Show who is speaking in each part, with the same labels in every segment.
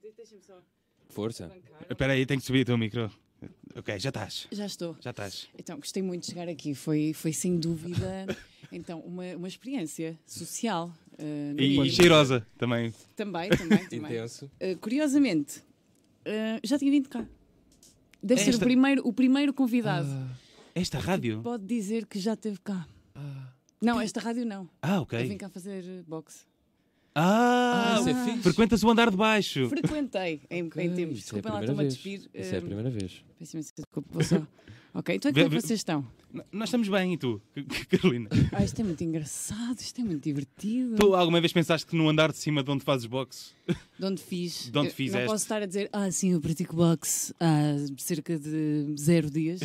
Speaker 1: de- deixa-me só
Speaker 2: Força.
Speaker 1: bancar.
Speaker 3: Ah, Espera aí, tenho que subir o teu micro. Ok, já estás.
Speaker 1: Já estou.
Speaker 3: Já estás.
Speaker 1: Então, gostei muito de chegar aqui. Foi, foi sem dúvida então, uma, uma experiência social. eh, no
Speaker 3: E,
Speaker 1: Porto.
Speaker 3: e cheirosa também.
Speaker 1: Também, também, também.
Speaker 2: Intenso.
Speaker 1: Eh, curiosamente, eh, já tinha vindo cá. Deve ser o
Speaker 3: Esta-
Speaker 1: primeiro, o primeiro convidado.
Speaker 2: Ah.
Speaker 3: Esta rádio.
Speaker 1: Pode dizer que já esteve cá.
Speaker 2: Ah.
Speaker 1: Não, esta rádio não.
Speaker 3: Ah,
Speaker 1: Eu vim
Speaker 3: ok.
Speaker 1: cá fazer eh, boxe.
Speaker 3: Ah,
Speaker 2: isso é fixe.
Speaker 3: frequentas o andar de baixo.
Speaker 1: Frequentei em, em tempos.
Speaker 2: Isso é a
Speaker 1: Desculpem lá,
Speaker 2: primeira
Speaker 1: estou-me a
Speaker 2: vez.
Speaker 1: despir.
Speaker 2: Isso é a
Speaker 1: eh,
Speaker 2: primeira vez.
Speaker 1: Peço imensa desculpa, vou só. Ok, então é
Speaker 3: Vê-
Speaker 1: como é que
Speaker 3: vê-
Speaker 1: vocês estão?
Speaker 3: N- Nós estamos bem, e tu, Carolina?
Speaker 1: Ah, isto é muito engraçado, isto é muito divertido.
Speaker 3: Tu alguma vez pensaste que no andar de cima de onde fazes boxe?
Speaker 1: De onde fiz?
Speaker 3: De onde
Speaker 1: Eu
Speaker 3: fizeste?
Speaker 1: Não posso estar a dizer, ah, sim, eu pratico boxe há cerca de zero dias.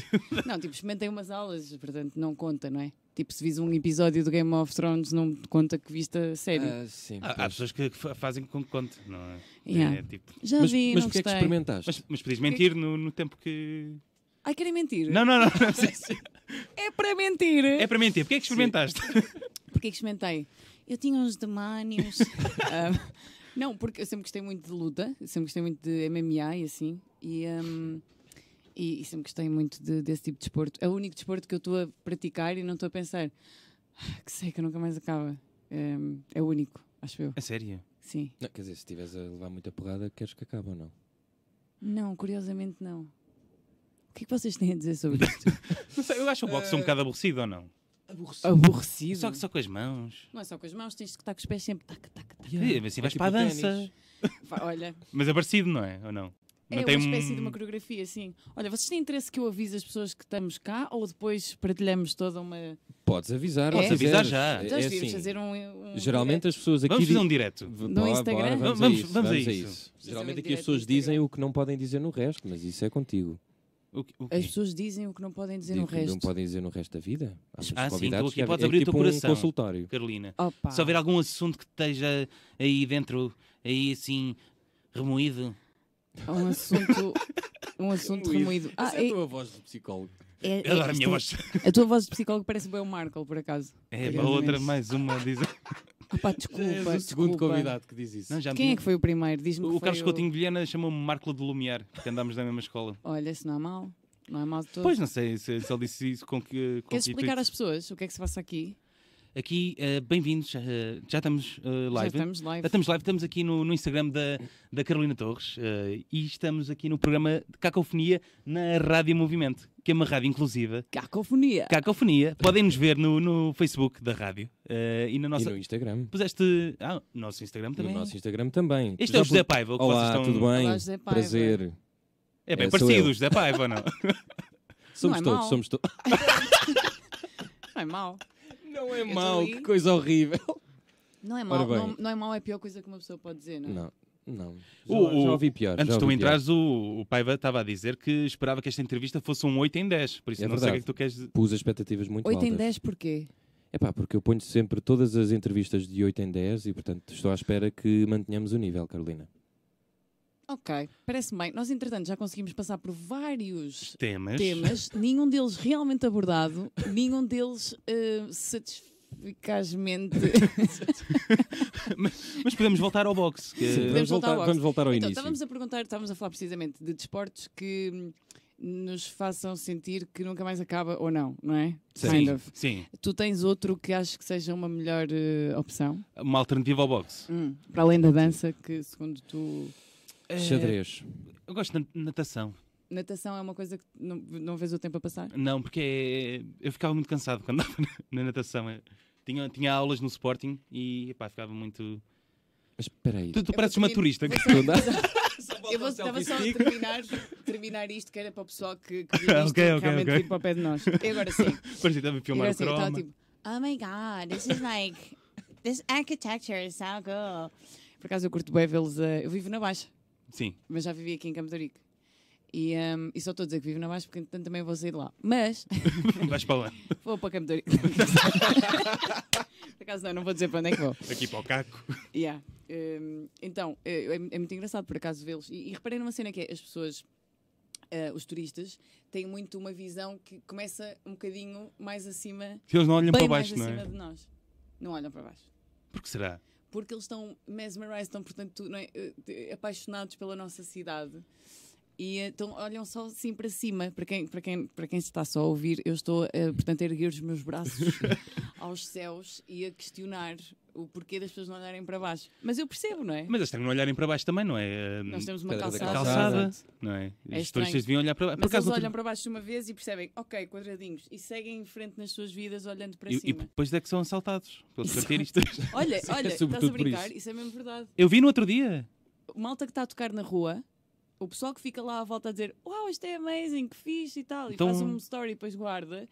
Speaker 1: não, tipo, experimentei umas aulas, portanto, não conta, não é? Tipo, se vis um episódio do Game of Thrones, não conta que viste a série.
Speaker 2: Ah, sim.
Speaker 3: Há, há
Speaker 2: pois.
Speaker 3: pessoas que que fa- fazem com que conte, não é?
Speaker 1: Yeah. é
Speaker 3: É, tipo,
Speaker 1: Já
Speaker 2: mas
Speaker 1: vi,
Speaker 2: mas
Speaker 1: não
Speaker 2: porquê é que
Speaker 1: gostei.
Speaker 2: experimentaste?
Speaker 3: mas, mas podias mentir no, no tempo que.
Speaker 1: Ai, querem mentir?
Speaker 3: Não, não, não. não sim, sim.
Speaker 1: É para mentir!
Speaker 3: É para mentir. Porquê é que experimentaste?
Speaker 1: Porquê que experimentei? Eu tinha uns demónios. Ah, não, porque eu sempre gostei muito de luta, eu sempre gostei muito de MMA e assim. E, ahm, e, e sempre gostei muito de- desse tipo de desporto. É o único desporto que eu estou a praticar e não estou a pensar "Ah, que sei que nunca mais acaba. Ahm, é o único, acho eu.
Speaker 3: A sério?
Speaker 1: Sim.
Speaker 2: Não, quer dizer, se estiveres a levar muita porrada, queres que acabe ou não?
Speaker 1: Não, curiosamente não. O que é que vocês têm a dizer sobre isto?
Speaker 3: Não sei, eu acho o
Speaker 1: Ah.
Speaker 3: boxe um bocado aborrecido ou não?
Speaker 1: Aborrecido.
Speaker 3: Só, só com as mãos.
Speaker 1: Não é só com as mãos, tens que estar com os pés sempre. Taca, taca, taca.
Speaker 3: Yeah. Mas
Speaker 2: É
Speaker 3: assim vais
Speaker 2: tipo
Speaker 3: para a
Speaker 2: o
Speaker 3: dança.
Speaker 2: ténis.
Speaker 1: Vai, Olha,
Speaker 3: Mas é parecido, não é? Ou não? não
Speaker 1: é
Speaker 3: tem
Speaker 1: uma espécie
Speaker 3: um-
Speaker 1: de uma coreografia, sim. Olha, vocês têm interesse que eu avise as pessoas que estamos cá ou depois partilhamos toda uma.
Speaker 2: Podes avisar.
Speaker 1: Podes
Speaker 2: se
Speaker 3: avisar
Speaker 2: quiseres.
Speaker 3: já.
Speaker 2: É-
Speaker 1: Já
Speaker 2: é
Speaker 1: devíamos
Speaker 2: assim,
Speaker 1: fazer um. um-
Speaker 2: Geralmente as pessoas aqui.
Speaker 3: Vamos fazer um
Speaker 2: di-
Speaker 3: direto.
Speaker 2: V-
Speaker 1: No
Speaker 2: bora,
Speaker 1: Instagram?
Speaker 2: bora, vamos,
Speaker 3: Vamos-
Speaker 2: a isso,
Speaker 3: vamos a
Speaker 2: a
Speaker 3: isso.
Speaker 2: isso.
Speaker 1: Fazer um
Speaker 2: Geralmente aqui
Speaker 1: direto
Speaker 2: as pessoas
Speaker 1: no Instagram.
Speaker 2: dizem o que não podem dizer no resto, mas isso é contigo.
Speaker 3: O que- o
Speaker 1: As
Speaker 3: quê?
Speaker 1: pessoas dizem o que não podem dizer
Speaker 2: Digo
Speaker 1: no
Speaker 2: que
Speaker 1: resto.
Speaker 2: Não podem dizer no resto da vida. Há muitos
Speaker 3: Ah, sim,
Speaker 2: convidados
Speaker 3: tu aqui
Speaker 2: que é-
Speaker 3: podes
Speaker 2: é
Speaker 3: abrir o
Speaker 2: tipo
Speaker 3: teu coração.
Speaker 2: um consultório.
Speaker 3: Carolina.
Speaker 1: Opa.
Speaker 3: Se houver algum assunto que esteja aí dentro, aí assim, remoído.
Speaker 1: Há Um assunto. Um assunto remoído. Ah, é,
Speaker 2: tua voz de psicólogo.
Speaker 1: é- é-
Speaker 3: Agora a minha
Speaker 1: isto-
Speaker 3: voz.
Speaker 1: A tua voz de psicólogo parece bem o Markle, por acaso.
Speaker 3: É,
Speaker 1: Curiosamente.
Speaker 3: a outra, É, mais uma, a dizer.
Speaker 1: Opa, desculpa. desculpa.
Speaker 2: que diz isso.
Speaker 3: Não, já me
Speaker 1: Quem é
Speaker 3: tinha-
Speaker 1: que foi o primeiro? Diz-me que
Speaker 3: O
Speaker 1: foi
Speaker 3: Carlos Coutinho de Vilhena chamou-me Marco de Lumiar, porque andámos na mesma escola.
Speaker 1: Olha, se não é mal. Não é mal de todo.
Speaker 3: Pois não sei se, se ele disse isso com que. Com
Speaker 1: Queres
Speaker 3: que
Speaker 1: explicar
Speaker 3: intuito.
Speaker 1: às pessoas o que é que se passa aqui?
Speaker 3: Aqui, eh, bem-vindos. eh, já estamos eh,
Speaker 1: Já
Speaker 3: live.
Speaker 1: estamos live.
Speaker 3: Ah, Estamos live, estamos aqui no, no Instagram da, da Carolina Torres eh, e estamos aqui no programa de Cacofonia na Rádio Movimento, que é uma rádio inclusiva.
Speaker 1: Cacofonia.
Speaker 3: Cacofonia. Podem nos ver no, no Facebook da rádio eh, e na
Speaker 2: E
Speaker 3: nossa.
Speaker 2: no Instagram.
Speaker 3: Puseste. Ah, no nosso Instagram também.
Speaker 2: No nosso Instagram também.
Speaker 3: Este
Speaker 2: Tu
Speaker 3: é o
Speaker 2: já
Speaker 3: José
Speaker 2: pus-
Speaker 3: Paiva, o que vocês
Speaker 2: Olá,
Speaker 3: estão.
Speaker 2: tudo bem?
Speaker 1: Olá, José Paiva.
Speaker 2: Prazer.
Speaker 3: É bem
Speaker 2: É, sou
Speaker 3: parecido,
Speaker 2: eu.
Speaker 3: o José Paiva, ou não?
Speaker 2: Somos
Speaker 1: é
Speaker 2: todos,
Speaker 1: mau.
Speaker 2: somos todos.
Speaker 1: Não é mal.
Speaker 2: Não é
Speaker 1: tô
Speaker 2: mau,
Speaker 1: ali.
Speaker 2: que coisa horrível.
Speaker 1: Não é
Speaker 2: Ora
Speaker 1: mal.
Speaker 2: bem.
Speaker 1: Não, não é mal, é a pior coisa que uma pessoa pode dizer, não é?
Speaker 2: Não, não. Já,
Speaker 3: O- o-
Speaker 2: já ouvi pior. já
Speaker 3: Antes de tu
Speaker 2: ouvi pior.
Speaker 3: entrares, o, o Paiva estava a dizer que esperava que esta entrevista fosse um 8 em 10, por isso
Speaker 2: É
Speaker 3: não sei o que é
Speaker 2: verdade.
Speaker 3: que tu queres. dizer.
Speaker 2: Pus as expectativas muito
Speaker 1: 8 em
Speaker 2: altas.
Speaker 1: 10 porquê?
Speaker 2: É pá, porque eu ponho sempre todas as entrevistas de 8 em 10 e, portanto, estou à espera que mantenhamos o nível, Carolina.
Speaker 1: Ok, parece bem. Nós, entretanto, já conseguimos passar por vários
Speaker 3: Temas.
Speaker 1: temas, nenhum deles realmente abordado, nenhum deles eh, satisficazmente. Então,
Speaker 3: Mas podemos voltar ao boxe. que-
Speaker 2: Sim,
Speaker 1: podemos
Speaker 2: vamos,
Speaker 1: voltar
Speaker 2: voltar,
Speaker 1: ao
Speaker 2: vamos voltar ao
Speaker 1: então,
Speaker 2: início.
Speaker 1: estávamos a perguntar, estávamos a falar precisamente de desportos que hum, nos façam sentir que nunca mais acaba ou não, não é? Kind
Speaker 3: Sim,
Speaker 1: of.
Speaker 3: sim.
Speaker 1: Tu tens outro que acho que seja uma melhor eh, opção,
Speaker 3: Uma alternativa ao boxe.
Speaker 1: para além da dança, que segundo tu.
Speaker 2: Xadrez.
Speaker 3: Eu gosto de natação.
Speaker 1: Natação é uma coisa que não, não vês o tempo a passar?
Speaker 3: Não, porque é- eu ficava muito cansado quando andava na- na natação. Eu Tinha, tinha aulas no Sporting e epá, ficava muito.
Speaker 2: Mas espera aí.
Speaker 3: Tu, tu pareces uma
Speaker 1: pedir-
Speaker 3: turista.
Speaker 2: Tu andas-
Speaker 1: Eu vou, estava só a terminar, terminar isto, que era para o pessoal que, que viu
Speaker 3: Ah,
Speaker 1: isto
Speaker 3: ok, ok,
Speaker 1: realmente
Speaker 3: ok.
Speaker 1: vir para o pé de nós. E agora sim.
Speaker 3: Parecia que estava a
Speaker 1: E agora
Speaker 3: filmar o
Speaker 1: sim, eu estava
Speaker 3: croma.
Speaker 1: tipo, oh my god, this is like, this architecture is so cool. Por acaso eu curto bem vê-los, eh, eu vivo na Baixa,
Speaker 3: Sim.
Speaker 1: mas já vivi aqui em Campo de Rico. E, ehm, e só estou a dizer que vivo na Baixa porque entretanto também vou sair de lá. Mas
Speaker 3: Vais para lá.
Speaker 1: vou para Campo de Rico. Por acaso não, não vou dizer para onde é que vou.
Speaker 3: Aqui para o caco.
Speaker 1: Yeah. Um, então, é, é- é muito engraçado por acaso vê-los. E, e reparei numa cena que é as pessoas, eh, os turistas, têm muito uma visão que começa um bocadinho mais acima,
Speaker 3: Eles não olham
Speaker 1: bem
Speaker 3: para
Speaker 1: mais
Speaker 3: baixo, não
Speaker 1: acima
Speaker 3: é?
Speaker 1: de nós. Não olham para baixo.
Speaker 3: Por que será?
Speaker 1: porque eles estão mesmerized, estão, portanto, não é, eh, de- apaixonados pela nossa cidade. E então olham só assim para cima, para quem, para quem, para quem está só a ouvir, eu estou, eh, portanto, a erguer os meus braços aos céus e a questionar o porquê das pessoas não olharem para baixo. Mas eu percebo, não é?
Speaker 3: Mas eles têm que não olharem para baixo também, não é?
Speaker 1: Nós temos uma
Speaker 2: Pedra da
Speaker 1: calçada.
Speaker 3: calçada, não
Speaker 1: É
Speaker 3: é? Os turistas
Speaker 1: estranho.
Speaker 3: deviam olhar para baixo. Por
Speaker 1: Mas eles
Speaker 3: acaso,
Speaker 1: olham
Speaker 3: outro-
Speaker 1: para baixo de uma vez e percebem, ok, quadradinhos, e seguem em frente nas suas vidas olhando para
Speaker 3: e, é e
Speaker 1: cima.
Speaker 3: depois é que são assaltados pelos
Speaker 1: Exato.
Speaker 3: carteiristas.
Speaker 1: Olha, olha, estás a
Speaker 2: sobretudo por
Speaker 1: brincar?
Speaker 2: isso.
Speaker 1: Isso. é mesmo verdade.
Speaker 3: Eu vi no outro dia.
Speaker 1: O malta que está a tocar na rua, o pessoal que fica lá à volta a dizer uau, isto é amazing, que fixe e tal,
Speaker 3: Então-
Speaker 1: e faz um story e depois guarda,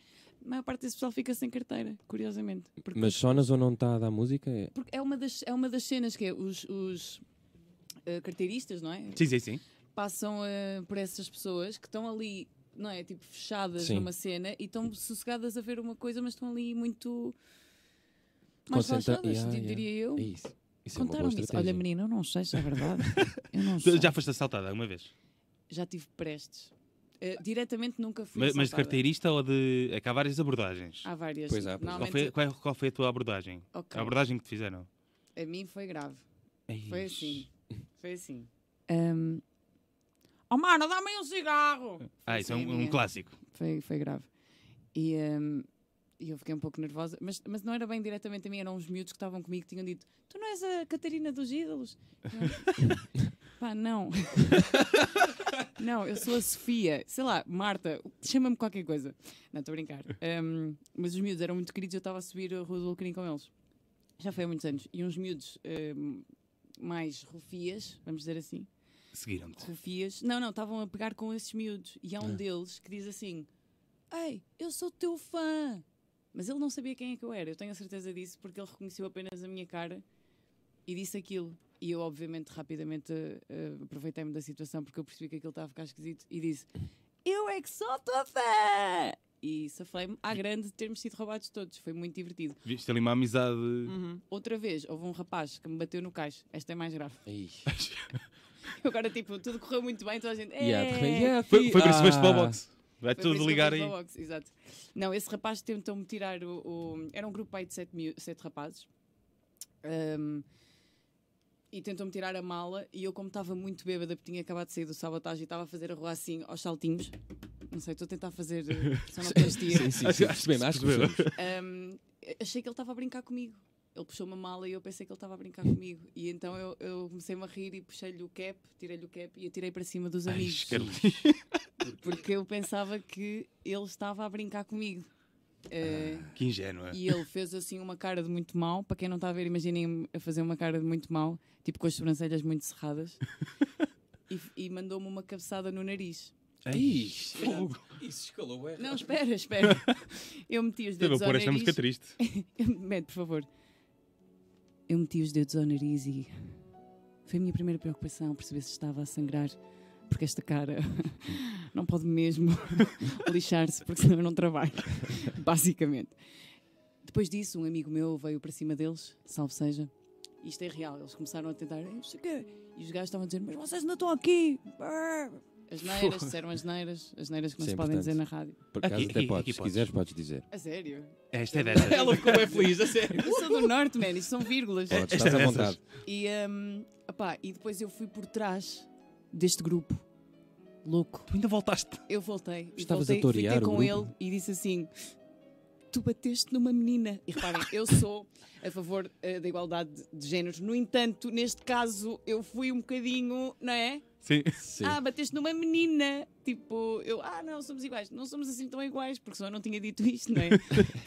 Speaker 1: a maior parte desse pessoal fica sem carteira, curiosamente. Porque,
Speaker 2: Mas só na zona onde está a dar música é.
Speaker 1: porque é, uma das, é uma das cenas que é os, os eh, carteiristas, não é?
Speaker 3: Sim, sim, sim.
Speaker 1: Passam eh, por essas pessoas que estão ali, não é? Tipo, fechadas
Speaker 2: Sim.
Speaker 1: numa cena e estão sossegadas a ver uma coisa, mas estão ali muito. Mais
Speaker 2: Concentra-
Speaker 1: relaxadas,
Speaker 2: Yeah, yeah.
Speaker 1: diria eu.
Speaker 2: É isso. Isso é uma
Speaker 1: Contaram-me
Speaker 2: boa
Speaker 1: isso. Olha,
Speaker 2: estratégia.
Speaker 1: menina, eu não sei se é verdade. Eu não sei.
Speaker 3: Tu Já foste assaltada alguma vez?
Speaker 1: Já tive prestes. Eh, diretamente nunca fui.
Speaker 3: Mas, mas de
Speaker 1: assaltada.
Speaker 3: carteirista ou de. É que há várias abordagens.
Speaker 1: Há várias.
Speaker 2: Pois há, pois há.
Speaker 3: qual,
Speaker 1: Normalmente,
Speaker 3: foi, é qual, qual foi a tua abordagem?
Speaker 1: ok.
Speaker 3: A abordagem que te fizeram?
Speaker 1: A mim foi grave. Foi assim. Foi assim. Oh, mana, dá-me aí um cigarro! Foi
Speaker 3: Ah, isso é
Speaker 1: assim
Speaker 3: um,
Speaker 1: a
Speaker 3: um
Speaker 1: minha.
Speaker 3: clássico.
Speaker 1: Foi, foi grave. E hum, e eu fiquei um pouco nervosa, mas, mas não era bem diretamente a mim, eram uns miúdos que estavam comigo que tinham dito: Tu não és a Catarina dos Ídolos? E eu, Pá, não. não, eu sou a Sofia, sei lá, Marta, chama-me qualquer coisa. Não, estou a brincar. Hum, mas os miúdos eram muito queridos, eu estava a subir a Rua do Alcarim com eles. Já foi há muitos anos. E uns miúdos hum, mais rufias, vamos dizer assim,
Speaker 3: Seguiram-te.
Speaker 1: Rufias. Não, não, estavam a pegar com esses miúdos. E há um
Speaker 2: Ah.
Speaker 1: deles que diz assim: Ei, eu sou teu fã. Mas ele não sabia quem é que eu era, eu tenho a certeza disso, porque ele reconheceu apenas a minha cara e disse aquilo. E eu, obviamente, rapidamente eh, eh, aproveitei-me da situação porque eu percebi que aquilo estava a ficar esquisito e disse: Eu é que sou tua fã! E safei-me à grande de termos sido roubados todos. Foi muito divertido.
Speaker 3: Viste ali uma amizade.
Speaker 1: Uhum. Outra vez, houve um rapaz que me bateu no caixa. Esta é mais grave.
Speaker 2: Ih.
Speaker 1: Eu Agora, tipo, tudo correu muito bem, toda a gente.
Speaker 2: Yeah, de re-
Speaker 1: "Eh!"
Speaker 2: yeah,
Speaker 3: Foi,
Speaker 2: fi-
Speaker 3: foi por isso que foste
Speaker 2: ah.
Speaker 3: para o boxe.
Speaker 1: Foi
Speaker 3: Vai
Speaker 1: por isso
Speaker 3: tudo
Speaker 1: que eu
Speaker 3: ligar
Speaker 1: pus
Speaker 3: aí.
Speaker 1: Bobox, exato. Não, esse rapaz tentou-me tirar o, o- Era um grupo aí de sete, miú- sete rapazes. Ahm, e tentou-me tirar a mala. E eu, como estava muito bêbada, porque tinha acabado de sair do sabotagem e estava a fazer a rua assim, aos saltinhos. Não sei, estou a tentar fazer eh, sonoplastia.
Speaker 2: Sim, sim, sim.
Speaker 3: Acho que
Speaker 2: Percebemos, acho que
Speaker 3: perceberam.
Speaker 2: percebemos.
Speaker 1: Ahm, achei que ele estava a brincar comigo. Ele puxou uma mala e eu pensei que ele estava a brincar comigo. E então eu, eu comecei-me a rir e puxei-lhe o cap, tirei-lhe o cap e atirei para cima dos
Speaker 3: Ai,
Speaker 1: amigos.
Speaker 3: escarlate.
Speaker 1: porque eu pensava que ele estava a brincar comigo. Eh,
Speaker 3: Que ingênua.
Speaker 1: e ele fez assim uma cara de muito mal. Para quem não está a ver, imaginem-me a fazer uma cara de muito mal, tipo com as sobrancelhas muito cerradas. E, e mandou-me uma cabeçada no nariz.
Speaker 3: Ai,
Speaker 2: fogo. Isso escalou, é.
Speaker 1: Não, espera, espera. Eu meti os
Speaker 3: Deve
Speaker 1: dedos ao
Speaker 3: pôr esta música
Speaker 1: nariz.
Speaker 3: triste.
Speaker 1: Mete, por favor. Eu meti os dedos ao nariz e foi a minha primeira preocupação perceber se estava a sangrar, porque esta cara não pode mesmo lixar-se, porque senão eu não trabalho, basicamente. Depois disso, um amigo meu veio para cima deles, salve seja. Isto é real, eles começaram a tentar. "Ei, não sei o quê." E os gajos estavam a dizer: Mas vocês não estão aqui! Brrr. As neiras, disseram as neiras, as neiras que não
Speaker 2: Isso
Speaker 1: se
Speaker 2: é
Speaker 1: podem dizer na
Speaker 2: importante.
Speaker 1: rádio.
Speaker 2: Por acaso
Speaker 3: Aqui-
Speaker 2: até
Speaker 3: aqui-
Speaker 2: podes.
Speaker 3: aqui
Speaker 2: se
Speaker 3: podes.
Speaker 2: quiseres, podes dizer.
Speaker 1: A sério?
Speaker 3: Esta é dessas.
Speaker 2: ficou bem feliz, a sério.
Speaker 1: Eu sou do norte, man, isto são vírgulas.
Speaker 2: Podes,
Speaker 3: Esta
Speaker 2: estás
Speaker 3: é
Speaker 2: à
Speaker 3: dessas.
Speaker 2: vontade.
Speaker 1: E, hum, opá, e depois eu fui por trás deste grupo. Louco.
Speaker 3: Tu ainda voltaste.
Speaker 1: Eu voltei. e
Speaker 2: Estavas
Speaker 1: voltei,
Speaker 2: a torear
Speaker 1: fui ter
Speaker 2: o
Speaker 1: com
Speaker 2: grupo?
Speaker 1: ele e disse assim: Tu bateste numa menina. E reparem, eu sou a favor eh, da igualdade de- de géneros. No entanto, neste caso, eu fui um bocadinho, não é?
Speaker 3: Sim.
Speaker 2: Sim.
Speaker 1: Ah, bateste numa menina. Tipo, eu, ah, não, somos iguais. Não somos assim tão iguais, porque senão eu não tinha dito isto, não é?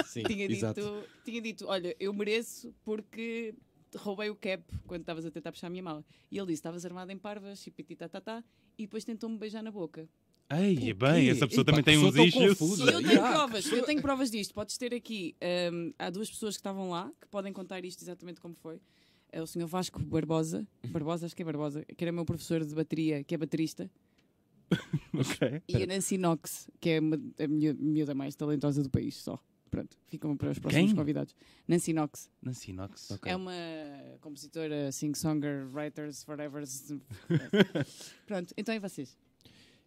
Speaker 2: sim.
Speaker 1: tinha,
Speaker 2: Exato.
Speaker 1: dito, tinha dito: Olha, eu mereço porque te roubei o cap quando estavas a tentar puxar a minha mala. E ele disse: Estavas armado em parvas, chipititatatá, e depois tentou-me beijar na boca.
Speaker 3: Ai,
Speaker 2: Por
Speaker 3: bem,
Speaker 2: quê?
Speaker 3: essa pessoa
Speaker 2: Epá,
Speaker 3: também tem
Speaker 2: pessoa
Speaker 3: uns
Speaker 2: tão
Speaker 3: issues.
Speaker 1: E
Speaker 2: confusa.
Speaker 1: eu tenho
Speaker 2: Ah,
Speaker 1: provas, eu tenho provas disto. Podes ter aqui. hum, há duas pessoas que estavam lá que podem contar isto exatamente como foi. É o senhor Vasco Barbosa, Barbosa, acho que é Barbosa, que era meu professor de bateria, que é baterista,
Speaker 3: Ok.
Speaker 1: e a Nancy Knox, que é uma- a minha miúda mais talentosa do país, só. Pronto, ficam para os próximos
Speaker 3: Quem?
Speaker 1: convidados. Nancy Knox.
Speaker 3: Nancy Knox.
Speaker 2: Ok.
Speaker 1: É uma compositora, sing-songer, writers, forever. Pronto, então e vocês?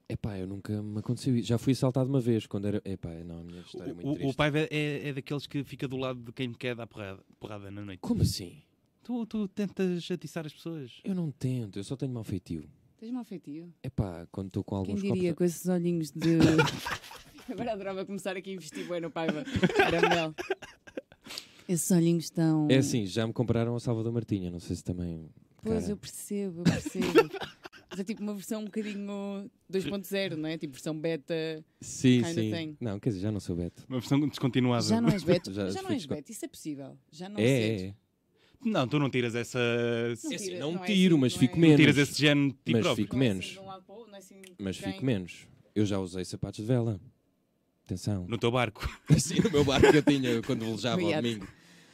Speaker 2: Epá, eu nunca me aconteceu isso. Já fui assaltado uma vez quando era. Epá, não, a minha história é muito
Speaker 3: O, o
Speaker 2: triste.
Speaker 3: pai é, é daqueles que fica do lado de quem quer dar porrada, porrada na noite.
Speaker 2: Como assim?
Speaker 3: Tu, tu tentas atiçar as pessoas.
Speaker 2: Eu não tento, eu só tenho mau feitio.
Speaker 1: Tens mal feitio?
Speaker 2: É pá, quando estou com
Speaker 1: Quem
Speaker 2: alguns
Speaker 1: diria
Speaker 2: copos.
Speaker 1: com esses olhinhos de. Agora adorava começar aqui a investir bem no Paiva. Era melhor. Esses olhinhos estão.
Speaker 2: É assim, já me compraram ao Salvador Martinha, não sei se também.
Speaker 1: Pois,
Speaker 2: cara.
Speaker 1: eu percebo, eu percebo. Mas é tipo uma versão um bocadinho 2.0, não é? Tipo versão beta.
Speaker 2: Sim,
Speaker 1: Kinda
Speaker 2: sim.
Speaker 1: thing.
Speaker 2: Não, quer dizer, já não sou Beto.
Speaker 3: Uma versão descontinuada.
Speaker 1: Já não és beta.
Speaker 2: Já
Speaker 1: Já, não és
Speaker 2: fui-
Speaker 1: beta, isso é possível. Já não
Speaker 2: é,
Speaker 1: sentes.
Speaker 2: é, é.
Speaker 3: Não, tu não tiras essa.
Speaker 2: É
Speaker 1: Não
Speaker 2: assim,
Speaker 1: tira-
Speaker 2: não,
Speaker 1: não é
Speaker 2: tiro,
Speaker 1: assim,
Speaker 2: mas
Speaker 1: não
Speaker 2: fico
Speaker 1: é-
Speaker 2: menos.
Speaker 1: Não
Speaker 3: Tiras esse género de ti
Speaker 2: Mas
Speaker 3: próprio.
Speaker 2: fico
Speaker 1: Não é assim
Speaker 2: menos.
Speaker 1: de um lado para o outro, não é assim de
Speaker 2: Mas
Speaker 1: quem-
Speaker 2: fico menos. Eu já usei sapatos de vela. Atenção.
Speaker 3: No teu barco.
Speaker 2: Assim, no meu barco que eu tinha quando velejava
Speaker 1: No
Speaker 2: ao
Speaker 1: iate.
Speaker 2: domingo.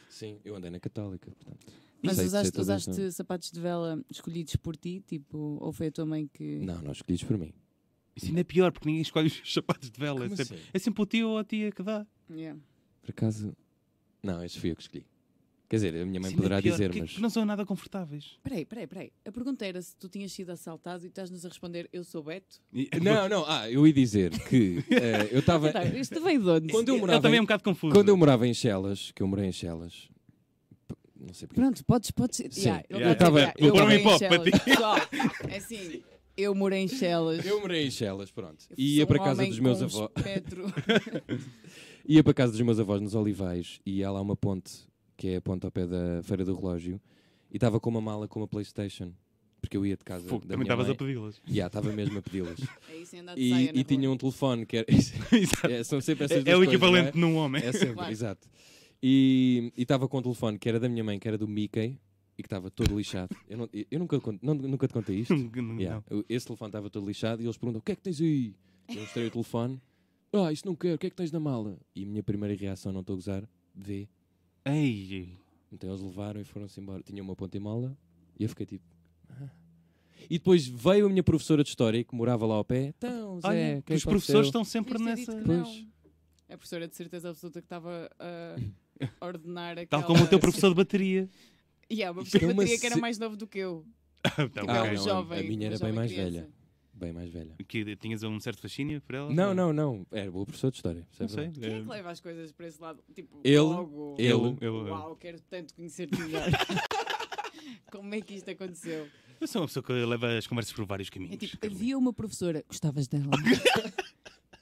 Speaker 2: Sim, eu andei na Católica, portanto.
Speaker 1: Mas
Speaker 2: Sei- sei
Speaker 1: usaste,
Speaker 2: todas,
Speaker 1: usaste sapatos de vela escolhidos por ti, tipo, ou foi a tua mãe que.
Speaker 2: Não, não, não escolhidos por mim.
Speaker 3: Isso ainda é pior, porque ninguém escolhe os sapatos de vela. É
Speaker 2: Como
Speaker 3: sempre,
Speaker 2: assim?
Speaker 3: é sempre o tio ou a tia que dá.
Speaker 1: Yeah.
Speaker 2: Por acaso. Não, este fui eu que escolhi. Quer dizer, a minha mãe
Speaker 3: Isso ainda
Speaker 2: poderá
Speaker 3: é pior,
Speaker 2: dizer,
Speaker 3: porque
Speaker 2: mas.
Speaker 3: Não são nada confortáveis.
Speaker 1: Peraí, peraí, peraí. A pergunta era se tu tinhas sido assaltado e estás-nos a responder eu sou Beto.
Speaker 3: E-
Speaker 2: Não, não, ah, eu ia dizer que eh, eu estava.
Speaker 1: Tá, isto veio de onde?
Speaker 2: Quando eu
Speaker 3: Eu,
Speaker 2: morava
Speaker 3: também é um
Speaker 2: em-
Speaker 3: bocado confuso.
Speaker 2: Quando eu morava em Chelas, que eu morei em Chelas, p- não sei porque.
Speaker 1: Pronto, podes, podes.
Speaker 2: Sim,
Speaker 1: Yeah, ele vai
Speaker 3: yeah,
Speaker 1: dizer,
Speaker 2: eu
Speaker 1: yeah,
Speaker 2: tava- eu
Speaker 1: eu morei
Speaker 3: tava-
Speaker 1: em Chelas. Pessoal, é assim, eu morei em Chelas.
Speaker 2: Eu morei em Chelas, pronto.
Speaker 1: Eu
Speaker 2: E ia
Speaker 1: sou
Speaker 2: para
Speaker 1: um
Speaker 2: casa
Speaker 1: homem
Speaker 2: dos meus
Speaker 1: com um
Speaker 2: avós.
Speaker 1: espectro.
Speaker 2: Ia para casa dos meus avós nos Olivais e há lá uma ponte, que é a ponte ao pé da Feira do Relógio, e estava com uma mala com uma Playstation, porque eu ia de casa
Speaker 3: Fogo,
Speaker 2: da
Speaker 3: também
Speaker 2: minha
Speaker 3: estavas
Speaker 2: mãe.
Speaker 3: a pedi-las.
Speaker 2: Já, estava mesmo a pedi-las.
Speaker 1: É isso, andar de saia
Speaker 2: e
Speaker 1: na
Speaker 2: e tinha
Speaker 1: rua.
Speaker 2: um telefone que era...
Speaker 3: Exato.
Speaker 2: é, são sempre essas duas
Speaker 3: É, é o
Speaker 2: coisas, não
Speaker 3: equivalente num homem.
Speaker 2: É sempre,
Speaker 1: Claro.
Speaker 2: exato. E e estava com o telefone que era da minha mãe, que era do Mickey, e que estava todo lixado. Eu, não- eu nunca, te conto- não- nunca te contei isto. Yeah. Eu- Esse telefone estava todo lixado e eles perguntam: o que é que tens aí? Eu mostrei o telefone. Ah, isso não quero, o que é que tens na mala? E a minha primeira reação, não estou a gozar, vê.
Speaker 3: Não. Ei.
Speaker 2: Então eles levaram e foram-se embora. Tinha uma ponta em mala e eu fiquei tipo. "Ah." E depois veio a minha professora de história que morava lá ao pé. Então, Zé,
Speaker 3: Olha,
Speaker 2: o que é que
Speaker 3: os professores
Speaker 2: aconteceu?"
Speaker 3: estão sempre
Speaker 1: Devias ter
Speaker 3: nessa.
Speaker 1: é dito que não. A professora de certeza absoluta que estava a ordenar aquela...
Speaker 3: Tal como o teu professor de bateria.
Speaker 1: Yeah, uma
Speaker 2: Isto é
Speaker 1: professora
Speaker 2: uma
Speaker 1: bateria que era
Speaker 2: se-
Speaker 1: mais novo do que eu.
Speaker 3: Ah, tá,
Speaker 1: Tipo,
Speaker 2: Ah,
Speaker 1: é
Speaker 3: ok.
Speaker 1: um
Speaker 2: não, a-
Speaker 1: jovem.
Speaker 2: a minha era
Speaker 1: uma
Speaker 2: bem
Speaker 1: jovem
Speaker 2: mais
Speaker 1: criança.
Speaker 2: velha. Bem mais velha.
Speaker 3: Que tinhas um certo fascínio por ela?
Speaker 2: Não, não, não. Era boa professora de história. isso é
Speaker 3: Não sei.
Speaker 2: verdade.
Speaker 1: Quem é que
Speaker 3: Eh,
Speaker 1: leva as coisas para esse lado? Tipo,
Speaker 2: Ele,
Speaker 1: logo.
Speaker 2: ele.
Speaker 3: Eu, eu, eu.
Speaker 1: Uau, quero tanto conhecer-te melhor. Como é que isto aconteceu?
Speaker 3: Eu sou uma pessoa que leva as conversas por vários caminhos.
Speaker 1: É tipo,
Speaker 3: Carolina.
Speaker 1: havia uma professora, gostavas dela?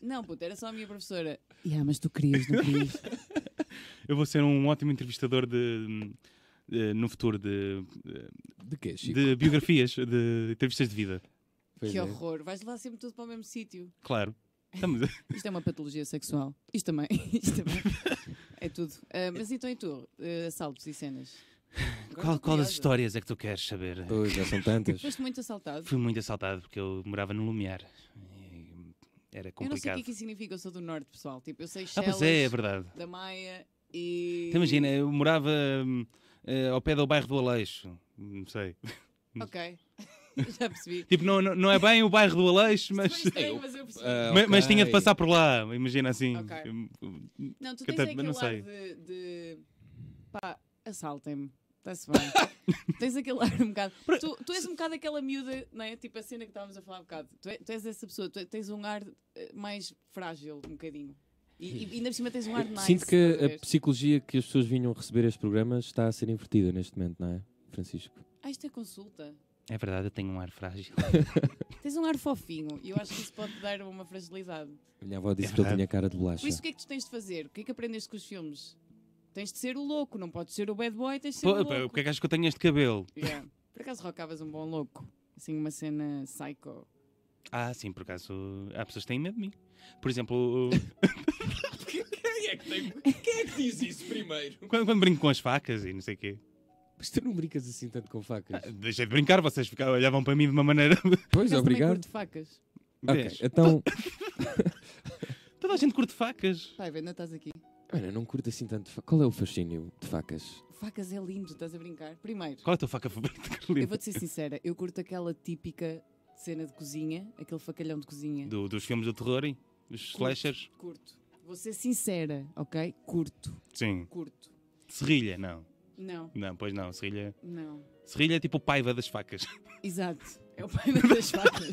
Speaker 1: não, puto, era só a minha professora. Yeah, mas tu querias, não querias?
Speaker 3: Eu vou ser um ótimo entrevistador de, eh, no futuro de,
Speaker 2: De quê, Chico?
Speaker 3: de biografias, de entrevistas de vida.
Speaker 2: Pois
Speaker 1: que
Speaker 2: é.
Speaker 1: horror, vais levar sempre tudo para o mesmo sítio.
Speaker 3: Claro. Estamos-
Speaker 1: Isto é uma patologia sexual. Isto também, isto também. É tudo. Ah, mas então e tu? Ah, assaltos e cenas? Agora
Speaker 3: Qual,
Speaker 1: estou
Speaker 3: qual das
Speaker 1: curiosa.
Speaker 3: histórias é que tu queres saber?
Speaker 2: Pois, já são tantas.
Speaker 1: Foste muito assaltado.
Speaker 3: Fui muito assaltado porque eu morava no Lumiar. E Era
Speaker 1: Eu não sei o
Speaker 3: complicado.
Speaker 1: que é que isso significa, eu sou do norte, pessoal. Tipo, eu sei
Speaker 3: ah,
Speaker 1: Chelas,
Speaker 3: pois é, é verdade.
Speaker 1: da Maia e...
Speaker 3: Então, imagina, eu morava hum, eh, ao pé do bairro do Aleixo. Não sei.
Speaker 1: Ok, já percebi.
Speaker 3: Tipo, não, não, não é bem o bairro do Aleixo,
Speaker 1: Mas,
Speaker 3: mas.
Speaker 1: estranho, mas eu percebi.
Speaker 2: Ah,
Speaker 3: ma- Mas tinha de
Speaker 2: ok.
Speaker 3: passar por lá, imagina assim.
Speaker 1: Ok.
Speaker 3: Hum,
Speaker 1: não, tu
Speaker 3: que
Speaker 1: tens
Speaker 3: tanto-
Speaker 1: aquele
Speaker 3: mas não sei.
Speaker 1: ar de, de... Pá, assaltem-me. Está-se bem. tens aquele ar um bocado... Tu, tu és um bocado aquela miúda, não é? Tipo a cena que estávamos a falar um bocado. Tu, é- tu és essa pessoa, tu tens um ar eh, mais frágil, um bocadinho. E, e ainda por cima tens um ar nice.
Speaker 2: Sinto
Speaker 1: estás
Speaker 2: que
Speaker 1: a
Speaker 2: a
Speaker 1: ver?
Speaker 2: psicologia que as pessoas vinham receber este programa está a ser invertida neste momento, não é, Francisco?
Speaker 1: Ah, isto é consulta.
Speaker 3: É verdade, eu tenho um ar frágil.
Speaker 1: Tens um ar fofinho e eu acho que isso pode dar uma fragilidade.
Speaker 2: A minha avó disse
Speaker 3: É
Speaker 2: que eu
Speaker 3: verdade.
Speaker 2: tinha cara de bolacha.
Speaker 1: Por isso, o que é que tu tens de fazer? O que é que aprendeste com os filmes? Tens de ser o louco, não podes ser o bad boy, tens de ser
Speaker 3: Pô,
Speaker 1: o
Speaker 3: pá,
Speaker 1: louco.
Speaker 3: Porque é que acho que eu tenho este cabelo?
Speaker 1: Yeah. Por acaso rocavas um bom louco? Assim, uma cena psycho.
Speaker 3: Ah, sim, por acaso há pessoas que têm medo de mim. Por exemplo,
Speaker 2: Quem é que, tem... Quem é que diz isso primeiro?
Speaker 3: quando, quando brinco com as facas e não sei o quê.
Speaker 2: Mas tu não brincas assim tanto com facas.
Speaker 3: Ah, Deixei de brincar, vocês ficavam, olhavam para mim de uma maneira.
Speaker 1: Mas
Speaker 2: pois,
Speaker 1: também
Speaker 2: obrigado.
Speaker 1: curto facas.
Speaker 2: Ok,
Speaker 3: Vês?
Speaker 2: então...
Speaker 3: Toda a gente curte facas.
Speaker 1: Pai, ainda estás aqui.
Speaker 2: Mano, eu não curto assim tanto... fa- Qual é o fascínio de facas?
Speaker 1: Facas é lindo, estás a brincar. Primeiro,
Speaker 3: Qual é a tua faca favorita, Carolina?
Speaker 1: eu vou-te ser sincera, eu curto aquela típica cena de cozinha, aquele facalhão de cozinha.
Speaker 3: Do- dos filmes do terror, hein? dos slashers?
Speaker 1: Curto. Vou ser sincera, ok? Curto,
Speaker 3: Sim.
Speaker 1: curto.
Speaker 3: Serrilha, não.
Speaker 1: Não,
Speaker 3: Não, pois não. Serrilha,
Speaker 1: não.
Speaker 3: serrilha é tipo o paiva das facas.
Speaker 1: Exato. É o pai das facas.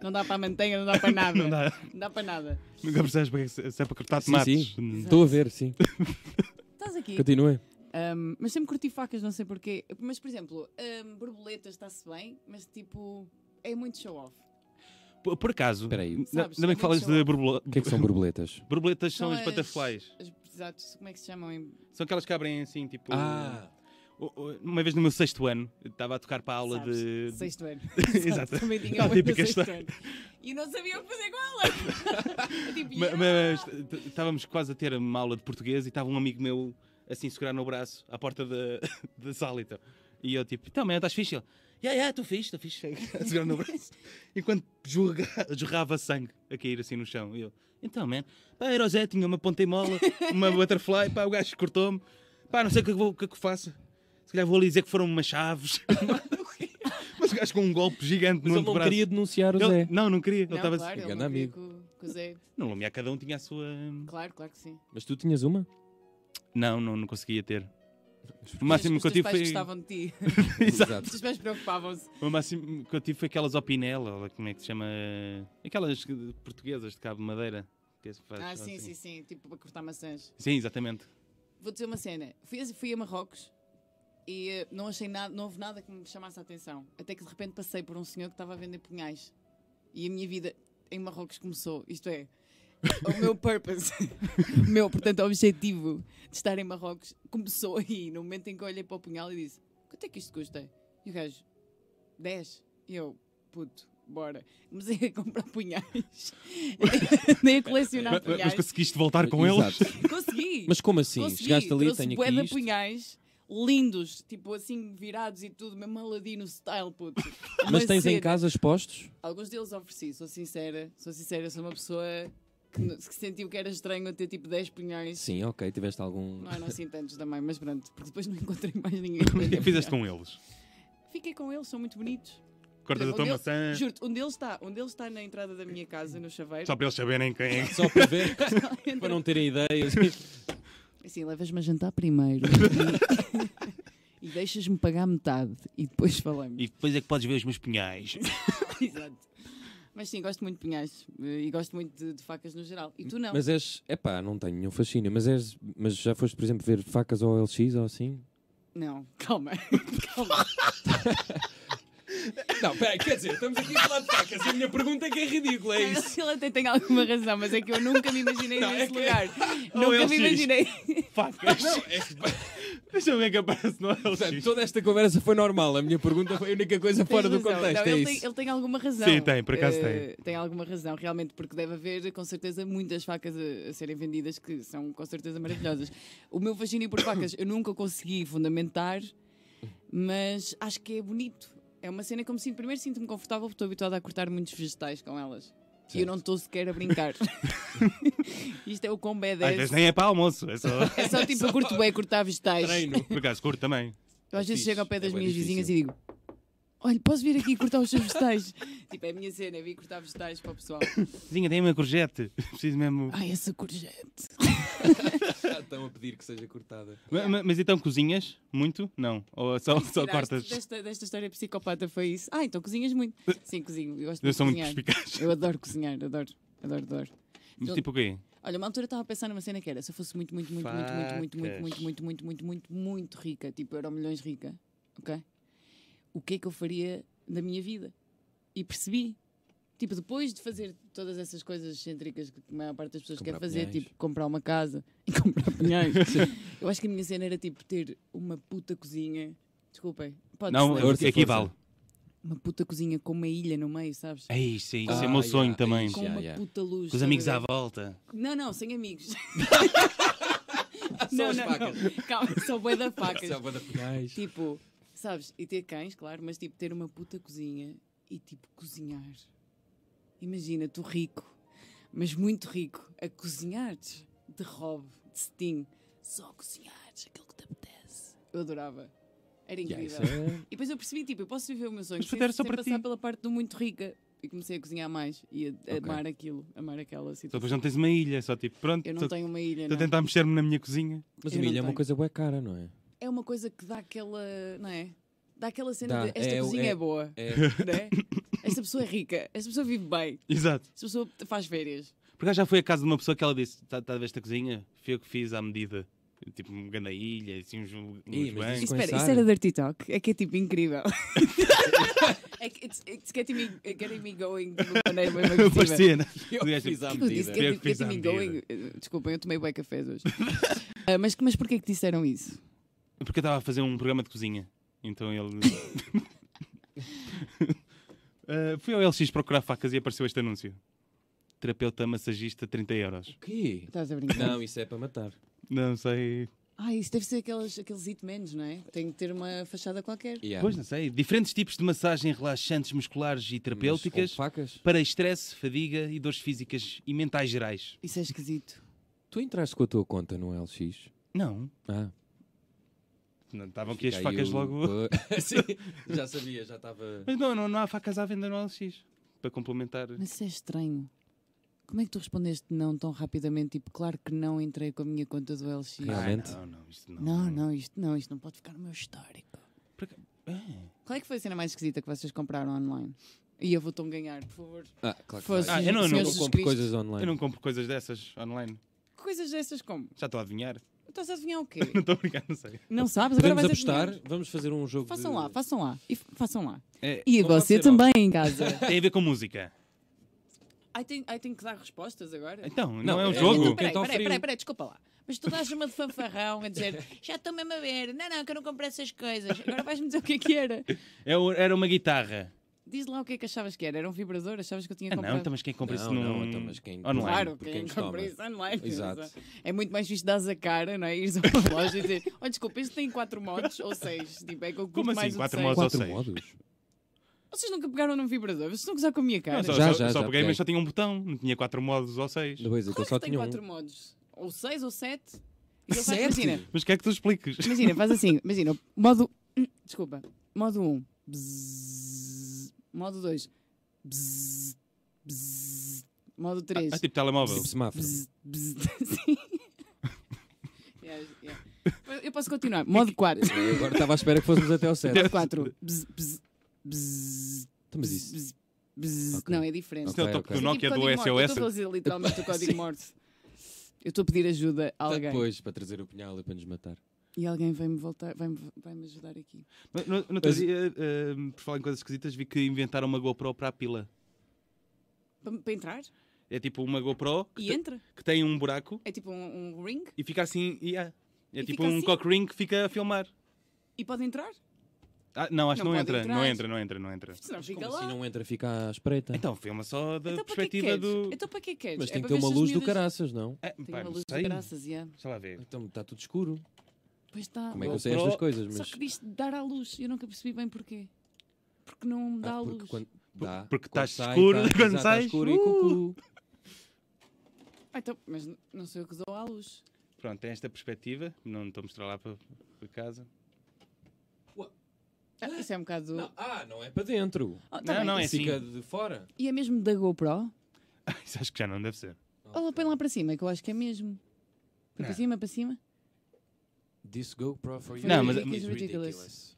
Speaker 1: Não dá para a manteiga, não dá para nada.
Speaker 3: não dá.
Speaker 1: Não dá para nada.
Speaker 3: Nunca percebes para que se se é para cortar
Speaker 2: Sim,
Speaker 3: tomates.
Speaker 2: sim. Estou a ver, sim.
Speaker 1: Estás aqui.
Speaker 2: Continue.
Speaker 1: Ah, Um, mas sempre curti facas, não sei porquê. Mas, por exemplo, um, borboletas está-se bem, mas tipo, é muito show-off.
Speaker 3: Por, por acaso,
Speaker 2: Espera aí.
Speaker 3: n-
Speaker 1: Sabes,
Speaker 3: ainda bem que falas de
Speaker 1: deixa-
Speaker 3: borboletas.
Speaker 2: O que é que são borboletas?
Speaker 3: Borboletas são
Speaker 1: São
Speaker 3: as
Speaker 1: as-
Speaker 3: butterflies.
Speaker 1: As, exato, como é que se chamam? em-
Speaker 3: São aquelas que abrem assim, tipo.
Speaker 2: Ah.
Speaker 1: Ah,
Speaker 3: o- o- Uma vez no meu sexto ano, estava a tocar para a aula
Speaker 1: Sabes,
Speaker 3: de.
Speaker 1: Sexto ano.
Speaker 3: Exato.
Speaker 1: Também tinha
Speaker 3: Tal
Speaker 1: uma
Speaker 3: típica
Speaker 1: no sexto
Speaker 3: história.
Speaker 1: ano. E não sabia o que fazer com ela. É tipo,
Speaker 3: Ma-
Speaker 1: yeah.
Speaker 3: Mas t- t- estávamos quase a ter uma aula de português e estava um amigo meu assim segurar no braço à porta da, da sala. Então. E eu tipo, então, man, estás fixe? Ele, yeah, yeah, estou fixe, estou fixe. A segurar no braço. Enquanto jorga, jorrava sangue a cair assim no chão. E eu, então, man, pá, era o Zé, tinha uma ponta e mola, uma butterfly, pá, o gajo cortou-me. Pá, não sei o que, é que vou- o que é que eu faço. Se calhar vou ali dizer que foram umas chaves. Mas o gajo com um golpe gigante
Speaker 2: Mas
Speaker 3: no
Speaker 2: ele não
Speaker 3: antebraço.
Speaker 2: queria é. denunciar o
Speaker 3: Ele-
Speaker 2: Zé.
Speaker 3: não, não queria. ele
Speaker 1: Não,
Speaker 3: estava
Speaker 1: claro, ele
Speaker 2: Grande
Speaker 1: não
Speaker 2: amigo.
Speaker 1: queria que o- que o Zé-
Speaker 3: Não, Lumiar, cada um tinha a sua.
Speaker 1: Claro, claro que sim.
Speaker 2: Mas tu tinhas uma?
Speaker 3: Não, não, não conseguia ter. O
Speaker 1: Mas
Speaker 3: máximo
Speaker 1: os
Speaker 3: que
Speaker 1: teus
Speaker 3: eu tive
Speaker 1: pais
Speaker 3: foi.
Speaker 1: gostavam de ti.
Speaker 3: Exato.
Speaker 1: Os teus pais preocupavam-se.
Speaker 3: O máximo que eu tive foi aquelas opinela, ou como é que se chama? Aquelas que- portuguesas de Cabo de Madeira. Que se faz
Speaker 1: Ah,
Speaker 3: só
Speaker 1: sim, sim,
Speaker 3: assim.
Speaker 1: sim. Tipo, para cortar maçãs.
Speaker 3: Sim, exatamente.
Speaker 1: Vou dizer uma cena. Fui, a- fui a Marrocos e eh, não achei nada, não houve nada que me chamasse a atenção. Até que de repente passei por um senhor que estava a vender punhais. E a minha vida em Marrocos começou. Isto é, o meu purpose, o meu, portanto, objetivo de estar em Marrocos começou aí, no momento em que eu olhei para o punhal e disse: quanto é que isto custa? E o gajo, 10. E eu, puto, bora. Comecei a comprar punhais. Nem a colecionar
Speaker 3: Mas, mas
Speaker 1: punhais.
Speaker 3: conseguiste voltar com
Speaker 2: Exato.
Speaker 3: eles?
Speaker 1: Consegui!
Speaker 2: Mas como assim?
Speaker 1: Consegui,
Speaker 2: Chegaste ali,
Speaker 1: trouxe
Speaker 2: tenho
Speaker 1: bué
Speaker 2: aqui
Speaker 1: de
Speaker 2: isto.
Speaker 1: punhais lindos, tipo assim, virados e tudo, mesmo aladino style, puto.
Speaker 2: Mas tens em
Speaker 1: Lancero.
Speaker 2: casa expostos?
Speaker 1: Alguns deles ofereci, sou sincera, sou sincera, sou uma pessoa que, no- que sentiu que era estranho eu ter tipo 10 punhais.
Speaker 2: Sim, ok. Tiveste algum...
Speaker 1: Não eram assim tantos também, mas pronto, porque depois não encontrei mais ninguém.
Speaker 3: O que é que fizeste com eles?
Speaker 1: Fiquei com eles, são muito bonitos.
Speaker 3: Cortas a tua
Speaker 1: Onde eu-
Speaker 3: maçã,
Speaker 1: Juro-te, um deles está, um deles está na entrada da minha casa, no chaveiro.
Speaker 3: É. só para eles saberem quem é.
Speaker 2: Só para ver, para não terem ideias.
Speaker 1: Assim, levas-me a jantar primeiro e, e deixas-me pagar metade e depois falamos.
Speaker 3: E depois é que podes ver os meus punhais.
Speaker 1: Exato. Mas sim, gosto muito de punhais eh, e gosto muito de, de facas no geral. E tu não?
Speaker 2: Mas és... Epá, não tenho nenhum fascínio. Mas és... Mas já foste, por exemplo, ver facas ao LX ou assim?
Speaker 1: Não, calma. calma.
Speaker 2: Não, peraí, quer dizer, estamos aqui a falar de facas e a minha pergunta é que é ridícula, é isso?
Speaker 1: Ele até tem alguma razão, mas é que eu nunca me imaginei
Speaker 2: Não, é
Speaker 1: nesse
Speaker 2: que- é
Speaker 1: lugar.
Speaker 3: Ou
Speaker 1: nunca
Speaker 3: LX.
Speaker 1: me imaginei.
Speaker 3: Facas. Deixa eu ver é que aparece no
Speaker 2: Portanto,
Speaker 3: LX.
Speaker 2: toda esta conversa foi normal, a minha pergunta foi a única coisa fora do
Speaker 1: Tens razão.
Speaker 2: contexto,
Speaker 1: Não,
Speaker 2: é
Speaker 1: ele,
Speaker 2: isso.
Speaker 1: Tem, ele tem alguma razão.
Speaker 3: Sim, tem, por acaso
Speaker 1: Eh, Tem alguma razão, realmente, porque deve haver, com certeza, muitas facas a, a serem vendidas que são, com certeza, maravilhosas. O meu fascínio por facas eu nunca consegui fundamentar, mas acho que é bonito. É uma cena que eu me sinto, primeiro sinto-me confortável, porque estou habituada a cortar muitos vegetais com elas. E eu não estou sequer a brincar. Isto é o combo é
Speaker 3: Às vezes
Speaker 1: 10.
Speaker 3: nem é para almoço, é só.
Speaker 1: É só tipo, eu curto bem cortar vegetais.
Speaker 2: Treino.
Speaker 3: Por acaso, curto também.
Speaker 1: Eu às vezes
Speaker 2: Fixe.
Speaker 1: chego ao pé das
Speaker 2: É bué
Speaker 1: minhas
Speaker 2: difícil.
Speaker 1: vizinhas e digo: Olha, posso vir aqui cortar os seus vegetais? tipo, é a minha cena, vim cortar vegetais para o pessoal.
Speaker 3: Zinha, tem uma courgette. Preciso mesmo.
Speaker 1: Ai, essa
Speaker 2: é
Speaker 1: corjete.
Speaker 2: Já estão a pedir que seja cortada.
Speaker 3: Ma- ma- Mas, então cozinhas muito? Não. Ou só, só cortas?
Speaker 1: Desta, desta história psicopata foi isso. Ah, então cozinhas muito.
Speaker 2: Eh,
Speaker 1: Sim, cozinho. Eu gosto
Speaker 3: Eu
Speaker 1: muito de
Speaker 3: sou muito
Speaker 1: cozinhar.
Speaker 3: perspicaz.
Speaker 1: Eu adoro cozinhar, adoro, adoro, adoro.
Speaker 3: Mas Tipo o quê?
Speaker 1: Olha, uma altura estava a pensar numa cena que era se eu fosse muito, muito, muito, muito, muito, muito, muito, muito, muito, muito, muito, muito rica, tipo euro milhões rica, ok? O que é que eu faria da minha vida? E percebi. Tipo, depois de fazer todas essas coisas excêntricas que a maior parte das pessoas
Speaker 2: Comprar
Speaker 1: quer fazer,
Speaker 2: pinhais.
Speaker 1: tipo comprar uma casa e comprar pinhais, eu acho que a minha cena era tipo ter uma puta cozinha. Desculpem, pode tipo,
Speaker 3: Não, é
Speaker 2: Força, força.
Speaker 3: aqui vale.
Speaker 1: Uma puta cozinha com uma ilha no meio, sabes?
Speaker 3: É isso, é isso. é
Speaker 2: Ah,
Speaker 3: o meu
Speaker 2: já,
Speaker 3: sonho
Speaker 2: é
Speaker 3: também.
Speaker 2: isso.
Speaker 1: Com
Speaker 2: já,
Speaker 1: uma
Speaker 2: já.
Speaker 1: puta luz.
Speaker 3: Com os
Speaker 1: estás a
Speaker 3: amigos
Speaker 1: ver?
Speaker 3: à volta.
Speaker 1: Não, não, sem amigos.
Speaker 2: as facas.
Speaker 1: Calma, só boi da facas.
Speaker 2: Salva é da Pinhais.
Speaker 1: tipo, sabes, e ter cães, claro, mas tipo, ter uma puta cozinha e tipo, cozinhar. Imagina, tu rico, mas muito rico, a cozinhares de Rob, de Steam, só cozinhares aquilo que te apetece. Eu adorava. Era
Speaker 2: Já,
Speaker 1: incrível.
Speaker 2: isso é-
Speaker 1: E depois eu percebi, tipo, eu posso viver o meu sonho
Speaker 3: Mas
Speaker 1: sem,
Speaker 3: foi ter só
Speaker 1: sem
Speaker 3: para
Speaker 1: passar
Speaker 3: ti.
Speaker 1: pela parte do muito rica. E comecei a cozinhar mais e a, a
Speaker 2: Ok. Então
Speaker 1: amar aquilo, amar aquela
Speaker 3: Só
Speaker 1: situação.
Speaker 3: Então, depois não tens uma ilha, só tipo, pronto,
Speaker 1: Eu não
Speaker 3: estou
Speaker 1: tenho uma ilha,
Speaker 3: estou a
Speaker 1: não. é?
Speaker 3: tentar mexer-me na minha cozinha.
Speaker 2: Mas
Speaker 1: Eu
Speaker 2: a
Speaker 1: não
Speaker 2: milha é uma
Speaker 1: tenho.
Speaker 2: coisa bué cara, não é?
Speaker 1: É uma coisa que dá aquela, não é? Dá aquela cena
Speaker 2: Dá,
Speaker 1: de esta
Speaker 2: é o-
Speaker 1: cozinha é,
Speaker 2: é-
Speaker 1: boa,
Speaker 2: É.
Speaker 1: não é? Esta pessoa é rica, esta pessoa vive bem,
Speaker 3: Exato.
Speaker 1: esta pessoa faz férias.
Speaker 3: tá Porque já foi a casa de uma pessoa que ela disse: está tá a ver esta cozinha? Foi eu que fiz à medida. Tipo, uma grande ilha, assim, uns, uns
Speaker 2: Ih, mas
Speaker 3: bancos.
Speaker 2: isso-
Speaker 1: Espera,
Speaker 2: Começar.
Speaker 1: isso era Dirty Talk. É que é tipo incrível. é que it's, it's getting, me, getting me going de uma maneira
Speaker 2: é
Speaker 1: bem agressiva.
Speaker 3: Parecia, né?
Speaker 2: Eu
Speaker 3: Aliás,
Speaker 2: fiz à
Speaker 1: Que Eu disse
Speaker 2: medida.
Speaker 1: que
Speaker 3: Eu
Speaker 1: eu
Speaker 3: fiz
Speaker 1: tive
Speaker 3: à
Speaker 1: me going.
Speaker 3: medida.
Speaker 1: Eh, Desculpem, eu tomei bem cafés hoje. Ah, mas, mas porquê que disseram isso?
Speaker 3: Porque eu estava a fazer um programa de cozinha. Então ele. Ah, fui ao LX procurar facas e apareceu este anúncio: Terapeuta massagista, 30 euros.
Speaker 2: O quê?
Speaker 1: Estás a brincar?
Speaker 2: Não, isso é para matar.
Speaker 3: Não sei.
Speaker 1: Ah, isso deve ser aqueles, aqueles hitmans, não é? Tem que ter uma fachada qualquer.
Speaker 2: Yeah.
Speaker 3: Pois não sei. Diferentes tipos de massagem relaxantes, musculares e
Speaker 2: Mas
Speaker 3: terapêuticas
Speaker 2: com facas.
Speaker 3: para estresse, fadiga e dores físicas e mentais gerais.
Speaker 1: Isso é esquisito.
Speaker 2: Tu entraste com a tua conta no LX.
Speaker 3: Não.
Speaker 2: Ah,
Speaker 3: Não
Speaker 2: tá
Speaker 3: estavam aqui as
Speaker 2: fica aí
Speaker 3: facas
Speaker 2: o-
Speaker 3: logo.
Speaker 2: Sim, já sabia, já estava.
Speaker 3: Mas não, não, não há facas à venda no LX. Para complementar.
Speaker 1: Mas isso é estranho. Como é que tu respondeste não tão rapidamente? Tipo, claro que não entrei com a minha conta do LX.
Speaker 2: Ah, Realmente?
Speaker 3: não, não, isto não.
Speaker 1: Não, não, isto não, isto não pode ficar no meu histórico.
Speaker 3: Por acaso- é.
Speaker 1: Qual é que foi a cena mais esquisita que vocês compraram online? E eu vou-te ganhar, por favor.
Speaker 2: Ah, claro que
Speaker 1: Fosse-
Speaker 2: vai.
Speaker 3: Ah, eu não- eu não
Speaker 2: eu
Speaker 1: Jesus
Speaker 2: compro
Speaker 1: Cristo.
Speaker 2: coisas online.
Speaker 3: Eu não compro coisas dessas online.
Speaker 1: Que Coisas dessas como?
Speaker 3: Já estou a adivinhar.
Speaker 1: Estás a adivinhar o quê?
Speaker 3: Não estou a brincar, não sei.
Speaker 1: Não sabes? Agora
Speaker 2: Podemos
Speaker 1: vais
Speaker 2: apostar,
Speaker 1: adivinhar.
Speaker 2: vamos fazer um jogo.
Speaker 1: Façam
Speaker 2: de...
Speaker 1: lá, façam lá. E fa- façam lá.
Speaker 3: É,
Speaker 1: E
Speaker 2: Não pode
Speaker 1: você
Speaker 2: ser óbvio.
Speaker 1: também em casa.
Speaker 3: Tem a ver com música.
Speaker 1: Ai, tenho, ai, tenho que dar respostas agora?
Speaker 3: Então, não,
Speaker 2: Não,
Speaker 3: é um
Speaker 2: é-
Speaker 1: Então,
Speaker 3: jogo.
Speaker 2: Quem
Speaker 1: peraí,
Speaker 2: tá
Speaker 1: peraí,
Speaker 2: frio?
Speaker 1: peraí, peraí, desculpa lá. Mas tu dás uma de fanfarrão a dizer já estou mesmo a ver, não, não, que eu não comprei essas coisas. Agora vais-me dizer o que é que era.
Speaker 3: É o- era uma guitarra.
Speaker 1: Diz lá o que é que achavas que era. Era um vibrador? Achavas que eu tinha
Speaker 3: Ah, não,
Speaker 1: comprado?
Speaker 3: então, mas quem compra isso
Speaker 2: Não,
Speaker 3: num...
Speaker 2: não, então, mas quem-
Speaker 3: online?
Speaker 1: Claro,
Speaker 2: Porque
Speaker 1: quem
Speaker 2: quem toma.
Speaker 1: compra isso online.
Speaker 2: Exato.
Speaker 1: É muito mais fixe dar a cara, não é? Ires a uma loja e dizer: olha, desculpa, este tem 4 modos ou 6. Tipo, é que eu curto
Speaker 3: Como assim,
Speaker 1: mais o de
Speaker 3: quatro
Speaker 1: seis.
Speaker 3: modos?
Speaker 2: Quatro
Speaker 3: Só sei.
Speaker 2: modos?
Speaker 1: Vocês nunca pegaram num vibrador? Vocês estão a gozar com a minha cara?
Speaker 3: Não, só,
Speaker 2: Já,
Speaker 3: só,
Speaker 2: já,
Speaker 3: só
Speaker 2: já
Speaker 3: peguei,
Speaker 2: peguei.
Speaker 3: mas só tinha um botão. Não tinha quatro modos ou seis.
Speaker 2: Dois,
Speaker 1: Claro
Speaker 2: aquele
Speaker 1: que
Speaker 2: só
Speaker 1: tem
Speaker 2: tinha
Speaker 1: 4
Speaker 2: um.
Speaker 1: modos. Ou 6 ou 7.
Speaker 2: Sete?
Speaker 1: Imagina,
Speaker 3: Mas quer que tu expliques?
Speaker 1: imagina, faz assim: imagina, modo. um, Desculpa. Modo 1. Modo 2. Modo 3.
Speaker 3: Ah, tipo telemóvel.
Speaker 2: Tipo semáforo.
Speaker 1: Bzz, bzz, sim. Yeah, yeah. Eu- Eu posso continuar. Modo 4.
Speaker 2: Eu agora estava à espera que fôssemos até ao 7.
Speaker 1: Modo 4. Bzz, bzz, bzz,
Speaker 3: Então,
Speaker 2: Mas isso.
Speaker 1: bzz, bzz.
Speaker 2: Ok.
Speaker 1: Não, é diferente.
Speaker 3: Isto é o
Speaker 2: Ok,
Speaker 3: topo
Speaker 2: ok.
Speaker 1: Mas
Speaker 3: do
Speaker 1: é
Speaker 3: Nokia
Speaker 1: tipo
Speaker 3: do
Speaker 1: código morse. Eu estou a
Speaker 3: SOS.
Speaker 1: fazer literalmente o código morte. Eu estou a pedir ajuda
Speaker 3: Tá,
Speaker 1: a alguém.
Speaker 2: Depois, para trazer o punhal e para nos matar.
Speaker 1: E alguém vai-me voltar, vai-me vai-me ajudar aqui.
Speaker 3: No, no outro dia, eh, por falar em coisas esquisitas, vi que inventaram uma GoPro para a pila.
Speaker 1: Para, para entrar?
Speaker 3: É tipo uma GoPro que,
Speaker 1: E
Speaker 3: te-
Speaker 1: entra?
Speaker 3: que tem um buraco
Speaker 1: É tipo um, um ring?
Speaker 3: e fica assim. e há. É
Speaker 1: E fica
Speaker 3: tipo um
Speaker 1: assim?
Speaker 3: cock ring que fica a filmar.
Speaker 1: E pode entrar?
Speaker 3: Ah, não, acho que
Speaker 1: Não
Speaker 3: não,
Speaker 1: pode
Speaker 3: entra,
Speaker 1: entrar.
Speaker 3: não entra, não entra, não entra.
Speaker 1: Senão
Speaker 2: Como
Speaker 1: fica
Speaker 2: assim
Speaker 1: lá.
Speaker 2: não entra, fica à espreita.
Speaker 3: Então filma só da
Speaker 1: Então para que
Speaker 3: perspectiva
Speaker 1: queres?
Speaker 3: do.
Speaker 1: Então para que queres?
Speaker 2: Mas
Speaker 1: É
Speaker 2: tem que
Speaker 1: para
Speaker 2: ter
Speaker 1: ver
Speaker 2: uma
Speaker 1: se as
Speaker 2: luz do
Speaker 1: miúdas-
Speaker 2: caraças, não?
Speaker 3: Ah,
Speaker 1: Tem
Speaker 3: pá,
Speaker 1: uma
Speaker 3: não
Speaker 1: luz de
Speaker 3: sei.
Speaker 1: graças, yeah.
Speaker 3: Deixa lá ver.
Speaker 2: Então está tudo escuro.
Speaker 1: Pois está.
Speaker 2: Como é que eu sei
Speaker 3: GoPro-
Speaker 2: estas coisas?
Speaker 1: Só
Speaker 2: Mas...
Speaker 1: que viste dar à luz, eu nunca percebi bem porquê. Porque não me dá
Speaker 2: Ah,
Speaker 1: à
Speaker 2: porque
Speaker 1: luz.
Speaker 2: quando dá,
Speaker 3: porque
Speaker 2: quando
Speaker 3: estás
Speaker 2: sai,
Speaker 3: escuro,
Speaker 2: tá-
Speaker 3: quando
Speaker 2: exato, tá
Speaker 3: sais,
Speaker 2: escuro e cucu.
Speaker 1: Ah, Uh! então, mas n- não sei o que dou à luz.
Speaker 3: Pronto, tem esta perspectiva. Não estou a mostrar lá para, para casa.
Speaker 1: Ah, Isso é um bocado.
Speaker 2: Não, ah, não é para dentro.
Speaker 1: Oh, tá
Speaker 3: Não,
Speaker 1: bem.
Speaker 3: não, é assim.
Speaker 2: Fica de fora.
Speaker 1: E é mesmo da GoPro?
Speaker 3: Ah, Isso acho que já não deve ser.
Speaker 1: Olha, põe lá para cima, que eu acho que é mesmo. Põe Para
Speaker 3: Não.
Speaker 1: cima, para cima.
Speaker 2: This GoPro for you
Speaker 1: Não,
Speaker 3: mas-
Speaker 2: is
Speaker 1: mas-
Speaker 2: ridiculous.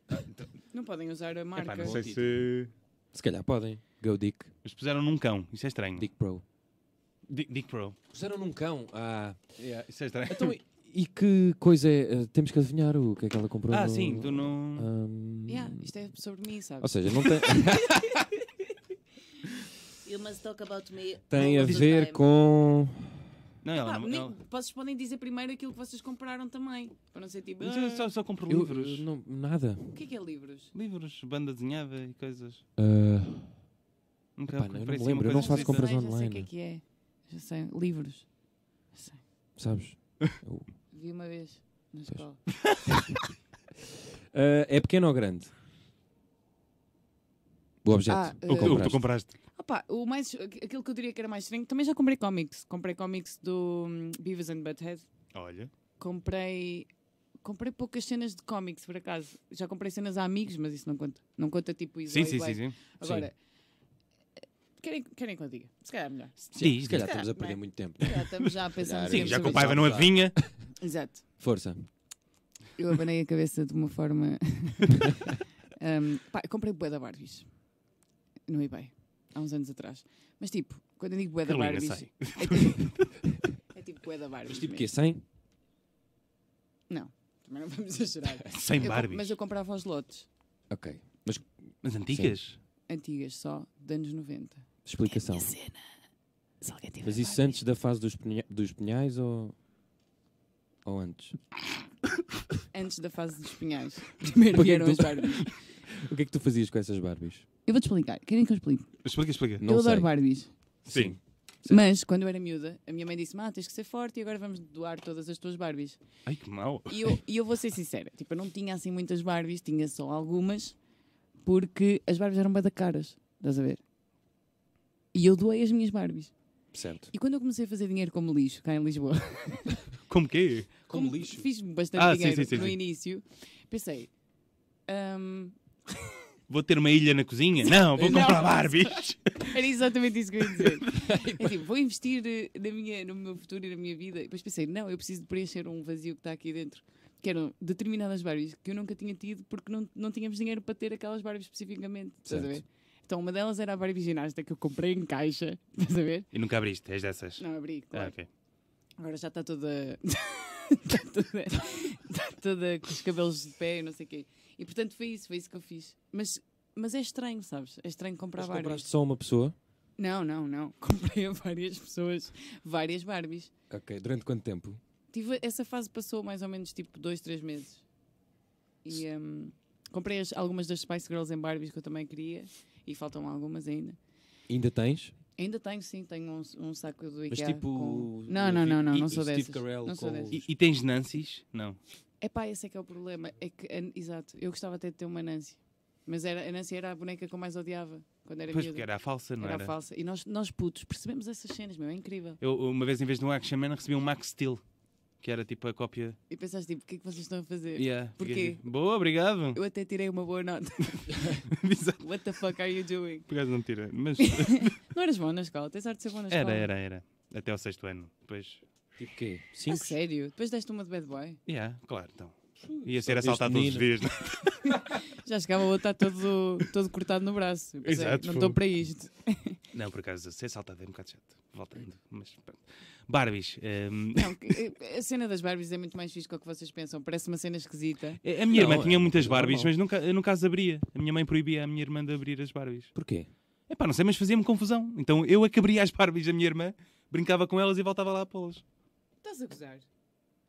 Speaker 1: Não podem usar a marca.
Speaker 3: Epá, não
Speaker 2: Bom
Speaker 3: sei
Speaker 2: título.
Speaker 3: se.
Speaker 2: Se calhar podem. Go Dick.
Speaker 3: Mas puseram num cão. Isso é estranho. Dick,
Speaker 2: Dick Pro.
Speaker 3: Dick, Pro.
Speaker 2: Puseram num cão. Ah.
Speaker 3: Isso é estranho.
Speaker 2: Então, e- e que coisa é? eh, Temos que adivinhar o que é que ela comprou.
Speaker 3: ah,
Speaker 2: no-
Speaker 3: sim, tu não.
Speaker 2: Ahm,
Speaker 1: Yeah, isto é sobre mim,
Speaker 2: Ou
Speaker 1: sabes?
Speaker 2: seja, não tem,
Speaker 4: You must talk about me.
Speaker 2: tem
Speaker 4: all
Speaker 2: a
Speaker 4: the
Speaker 2: ver
Speaker 4: time.
Speaker 2: com. Ah.
Speaker 3: Não, ela
Speaker 1: Pá,
Speaker 3: não.
Speaker 1: Ah, nem-
Speaker 3: ela-
Speaker 1: Vocês podem dizer primeiro aquilo que vocês compraram também. Para não ser tipo.
Speaker 3: Mas
Speaker 1: "Ah,
Speaker 3: eu só, só compro
Speaker 2: Eu-
Speaker 3: livros.
Speaker 2: eu não- nada.
Speaker 1: O que é que é livros?
Speaker 3: Livros, banda desenhada e coisas.
Speaker 2: Ah,
Speaker 3: Nunca
Speaker 2: Epá, não, eu não
Speaker 3: comprei
Speaker 2: me
Speaker 3: assim uma
Speaker 2: lembro, eu não
Speaker 3: coisa
Speaker 2: faço compras
Speaker 1: sei, já sei o
Speaker 2: online.
Speaker 1: que é que é. Já sei. Livros. Já sei.
Speaker 2: sabes?
Speaker 1: Vi uma vez na escola.
Speaker 2: Ah, é pequeno ou grande? O objeto.
Speaker 1: Ah,
Speaker 2: que
Speaker 1: eh, O que-
Speaker 3: O que
Speaker 2: compraste.
Speaker 3: tu compraste?
Speaker 1: Opa, Ah, o mais, aquilo que eu diria que era mais estranho, também já comprei cómics. Comprei cómics do hum, Beavis and Butthead.
Speaker 3: Olha.
Speaker 1: Comprei. Comprei poucas cenas de cómics, por acaso. Já comprei cenas a amigos, mas isso não conta. Não conta tipo isso.
Speaker 3: Sim, sim, sim, sim.
Speaker 1: Agora, eh, querem, querem que eu diga? Se calhar é melhor.
Speaker 2: Se calhar estamos
Speaker 1: não
Speaker 2: a
Speaker 1: é?
Speaker 2: perder muito tempo.
Speaker 1: Já estamos já a pensar
Speaker 2: Sim,
Speaker 3: Sim,
Speaker 1: nisso.
Speaker 3: já
Speaker 2: sim,
Speaker 3: com
Speaker 2: sim.
Speaker 3: o Paiva não
Speaker 2: Exato.
Speaker 3: adivinha.
Speaker 1: Exato.
Speaker 2: Força.
Speaker 1: Eu abanei a cabeça de uma forma. Hum, pá, eu comprei bué da Barbies no eBay, há uns anos atrás. Mas tipo, quando eu digo bué da
Speaker 3: Carolina,
Speaker 1: Barbies.
Speaker 3: sai.
Speaker 1: É tipo, é tipo bué da Barbies.
Speaker 2: Mas tipo
Speaker 1: mesmo.
Speaker 2: o quê? 100?
Speaker 1: Não, também não vamos exagerar.
Speaker 3: Sem
Speaker 1: Eu com-
Speaker 3: Barbies.
Speaker 1: mas eu comprava os lotes
Speaker 2: Ok. Mas
Speaker 3: Mas antigas?
Speaker 1: antigas só, de anos 90.
Speaker 2: explicação.
Speaker 1: cena. Se alguém tiver
Speaker 2: Mas isso antes da fase dos, penha- dos penhais ou. Ou antes?
Speaker 1: Antes da fase dos pinhais. Primeiro
Speaker 2: Porque
Speaker 1: vieram
Speaker 2: tu-
Speaker 1: as Barbies.
Speaker 2: O que é que tu fazias com essas Barbies?
Speaker 1: Eu vou-te explicar. Querem que eu explique?
Speaker 3: Explica, explica.
Speaker 2: Não
Speaker 1: eu
Speaker 2: sei.
Speaker 1: adoro Barbies.
Speaker 3: Sim.
Speaker 2: Sim.
Speaker 1: Mas, quando eu era miúda, a minha mãe disse-me: Ah, tens que ser forte e agora vamos doar todas as tuas Barbies.
Speaker 3: Ai, que mau.
Speaker 1: E eu, e eu vou ser sincera: tipo, eu não tinha assim muitas Barbies, tinha só algumas, porque as Barbies eram bada caras, estás a ver? E eu doei as minhas Barbies.
Speaker 2: Certo.
Speaker 1: E quando eu comecei a fazer dinheiro como lixo, cá em Lisboa,
Speaker 3: Como quê?
Speaker 2: Como lixo.
Speaker 1: fiz bastante
Speaker 3: Ah, sim,
Speaker 1: dinheiro
Speaker 3: sim, sim,
Speaker 1: no
Speaker 3: sim.
Speaker 1: início, pensei: "Hum,
Speaker 3: Vou ter uma ilha na cozinha? Não, vou
Speaker 1: Não.
Speaker 3: comprar Barbies.
Speaker 1: Era exatamente isso que eu ia dizer. É tipo, vou investir eh, na minha, no meu futuro e na minha vida. E depois pensei, não, eu preciso de preencher um vazio que está aqui dentro. Que eram determinadas Barbies que eu nunca tinha tido porque não, não tínhamos dinheiro para ter aquelas Barbies especificamente. Estás a ver?
Speaker 2: Certo.
Speaker 1: Então uma delas era a Barbie ginasta que eu comprei em caixa. Estás a ver?
Speaker 3: E nunca abriste, és dessas.
Speaker 1: Não abri,
Speaker 3: Ah,
Speaker 1: claro.
Speaker 3: ok.
Speaker 1: Agora já está toda. está toda. está toda com os cabelos de pé e não sei o quê. E portanto foi isso, foi isso que eu fiz. Mas, mas é estranho, sabes? É estranho comprar
Speaker 2: Mas
Speaker 1: Barbies.
Speaker 2: compraste só uma pessoa?
Speaker 1: Não, não, não. Comprei a várias pessoas, várias Barbies.
Speaker 2: Ok. Durante quanto tempo?
Speaker 1: Tive, essa fase passou mais ou menos tipo dois, três meses. E hum, comprei as- algumas das Spice Girls em Barbies que eu também queria. E faltam algumas ainda.
Speaker 2: Ainda tens?
Speaker 1: Ainda tenho, sim, tenho um, um saco do
Speaker 2: Mas
Speaker 1: IKEA.
Speaker 2: tipo.
Speaker 1: com-
Speaker 2: o-
Speaker 1: Não,
Speaker 2: o
Speaker 1: não,
Speaker 2: Vi-
Speaker 1: não, não,
Speaker 2: e-
Speaker 1: não
Speaker 2: o
Speaker 1: sou
Speaker 2: Steve
Speaker 1: dessas.
Speaker 2: Carell
Speaker 1: Não sou
Speaker 2: com
Speaker 1: dessas.
Speaker 2: os-
Speaker 3: E, e tens Nancy's? Não.
Speaker 1: É pá, esse é que é o problema. É que, an- exato, eu gostava até de ter uma Nancy. Mas era, a Nancy era a boneca que eu mais odiava quando era
Speaker 3: Pois
Speaker 1: miúda.
Speaker 3: porque era a falsa, não
Speaker 1: Era
Speaker 3: era?
Speaker 1: a falsa. E nós, nós putos percebemos essas cenas, meu, é incrível.
Speaker 3: Eu, uma vez, em vez de um Action Man, recebi um Max Steel, que era tipo a cópia.
Speaker 1: E pensaste tipo, o que é que vocês estão a fazer?
Speaker 3: Yeah,
Speaker 1: Porquê?
Speaker 3: fiquei assim, Boa, obrigado.
Speaker 1: Eu até tirei uma boa nota.
Speaker 3: Exato.
Speaker 1: What the fuck are you doing?
Speaker 3: Por acaso não tira. Mas
Speaker 1: Não eras bom na escola, tens arte de ser bom na escola.
Speaker 3: era, era, era. Até ao sexto ano. Depois.
Speaker 2: Tipo quê?
Speaker 1: A
Speaker 2: Cinco?
Speaker 1: sério? Depois deste uma de bad boy?
Speaker 3: Yeah, claro, então. Ia ser
Speaker 2: Só
Speaker 3: assaltado todos
Speaker 2: este
Speaker 3: os dias, né?
Speaker 1: Já chegava o outro, está todo, todo cortado no braço. Eu pensei,
Speaker 3: Exato,
Speaker 1: Não
Speaker 3: fogo.
Speaker 1: estou para isto.
Speaker 3: Não, por acaso, ser assaltado é um bocado chato. Voltando. Mas pronto. Barbies. ehm,
Speaker 1: Não, que- eh, a cena das Barbies é muito mais fixe do que vocês pensam. Parece uma cena esquisita.
Speaker 3: a- A minha
Speaker 2: Não,
Speaker 3: irmã tinha
Speaker 2: é
Speaker 3: muitas Barbies,
Speaker 2: normal.
Speaker 3: mas nunca, eu nunca as abria. A minha mãe proibia a minha irmã de abrir as Barbies.
Speaker 2: Porquê?
Speaker 3: É pá, não sei, mas fazia-me confusão. Então eu é que abria as Barbies da minha irmã, brincava com elas e voltava lá a pô-las.
Speaker 1: Estás a gozar?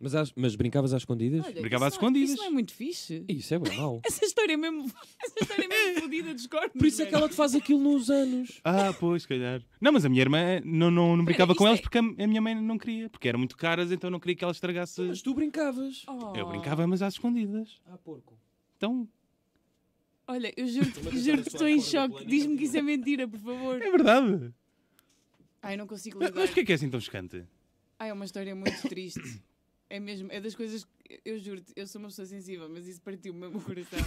Speaker 2: Mas, às- mas brincavas às escondidas?
Speaker 1: Olha,
Speaker 3: Brincava
Speaker 1: isso
Speaker 3: às
Speaker 1: não-
Speaker 3: escondidas.
Speaker 1: Isso não é muito fixe.
Speaker 2: Isso é bem mau.
Speaker 1: Essa história é mesmo, essa história é mesmo fodida dos cornos.
Speaker 2: Por isso é que ela te faz aquilo nos anos.
Speaker 3: Ah, pois, se calhar. Não, mas a minha irmã não, não, não brincava
Speaker 1: isto
Speaker 3: com elas
Speaker 1: é-
Speaker 3: porque a, a minha mãe não queria. Porque eram muito caras, então não queria que ela estragasse.
Speaker 2: Mas tu brincavas.
Speaker 1: Oh.
Speaker 3: Eu brincava, mas às escondidas.
Speaker 2: Ah, porco.
Speaker 3: Então,
Speaker 1: Olha, eu juro-te juro que estou em choque. Diz-me que isso é mentira, por favor.
Speaker 3: é verdade.
Speaker 1: Ai, não consigo
Speaker 3: Mas,
Speaker 1: lidar.
Speaker 3: mas porquê é que é assim tão chocante?
Speaker 1: Ah, é uma história muito triste. É mesmo, é das coisas que, eu juro-te, eu sou uma pessoa sensível, mas isso partiu mesmo o coração.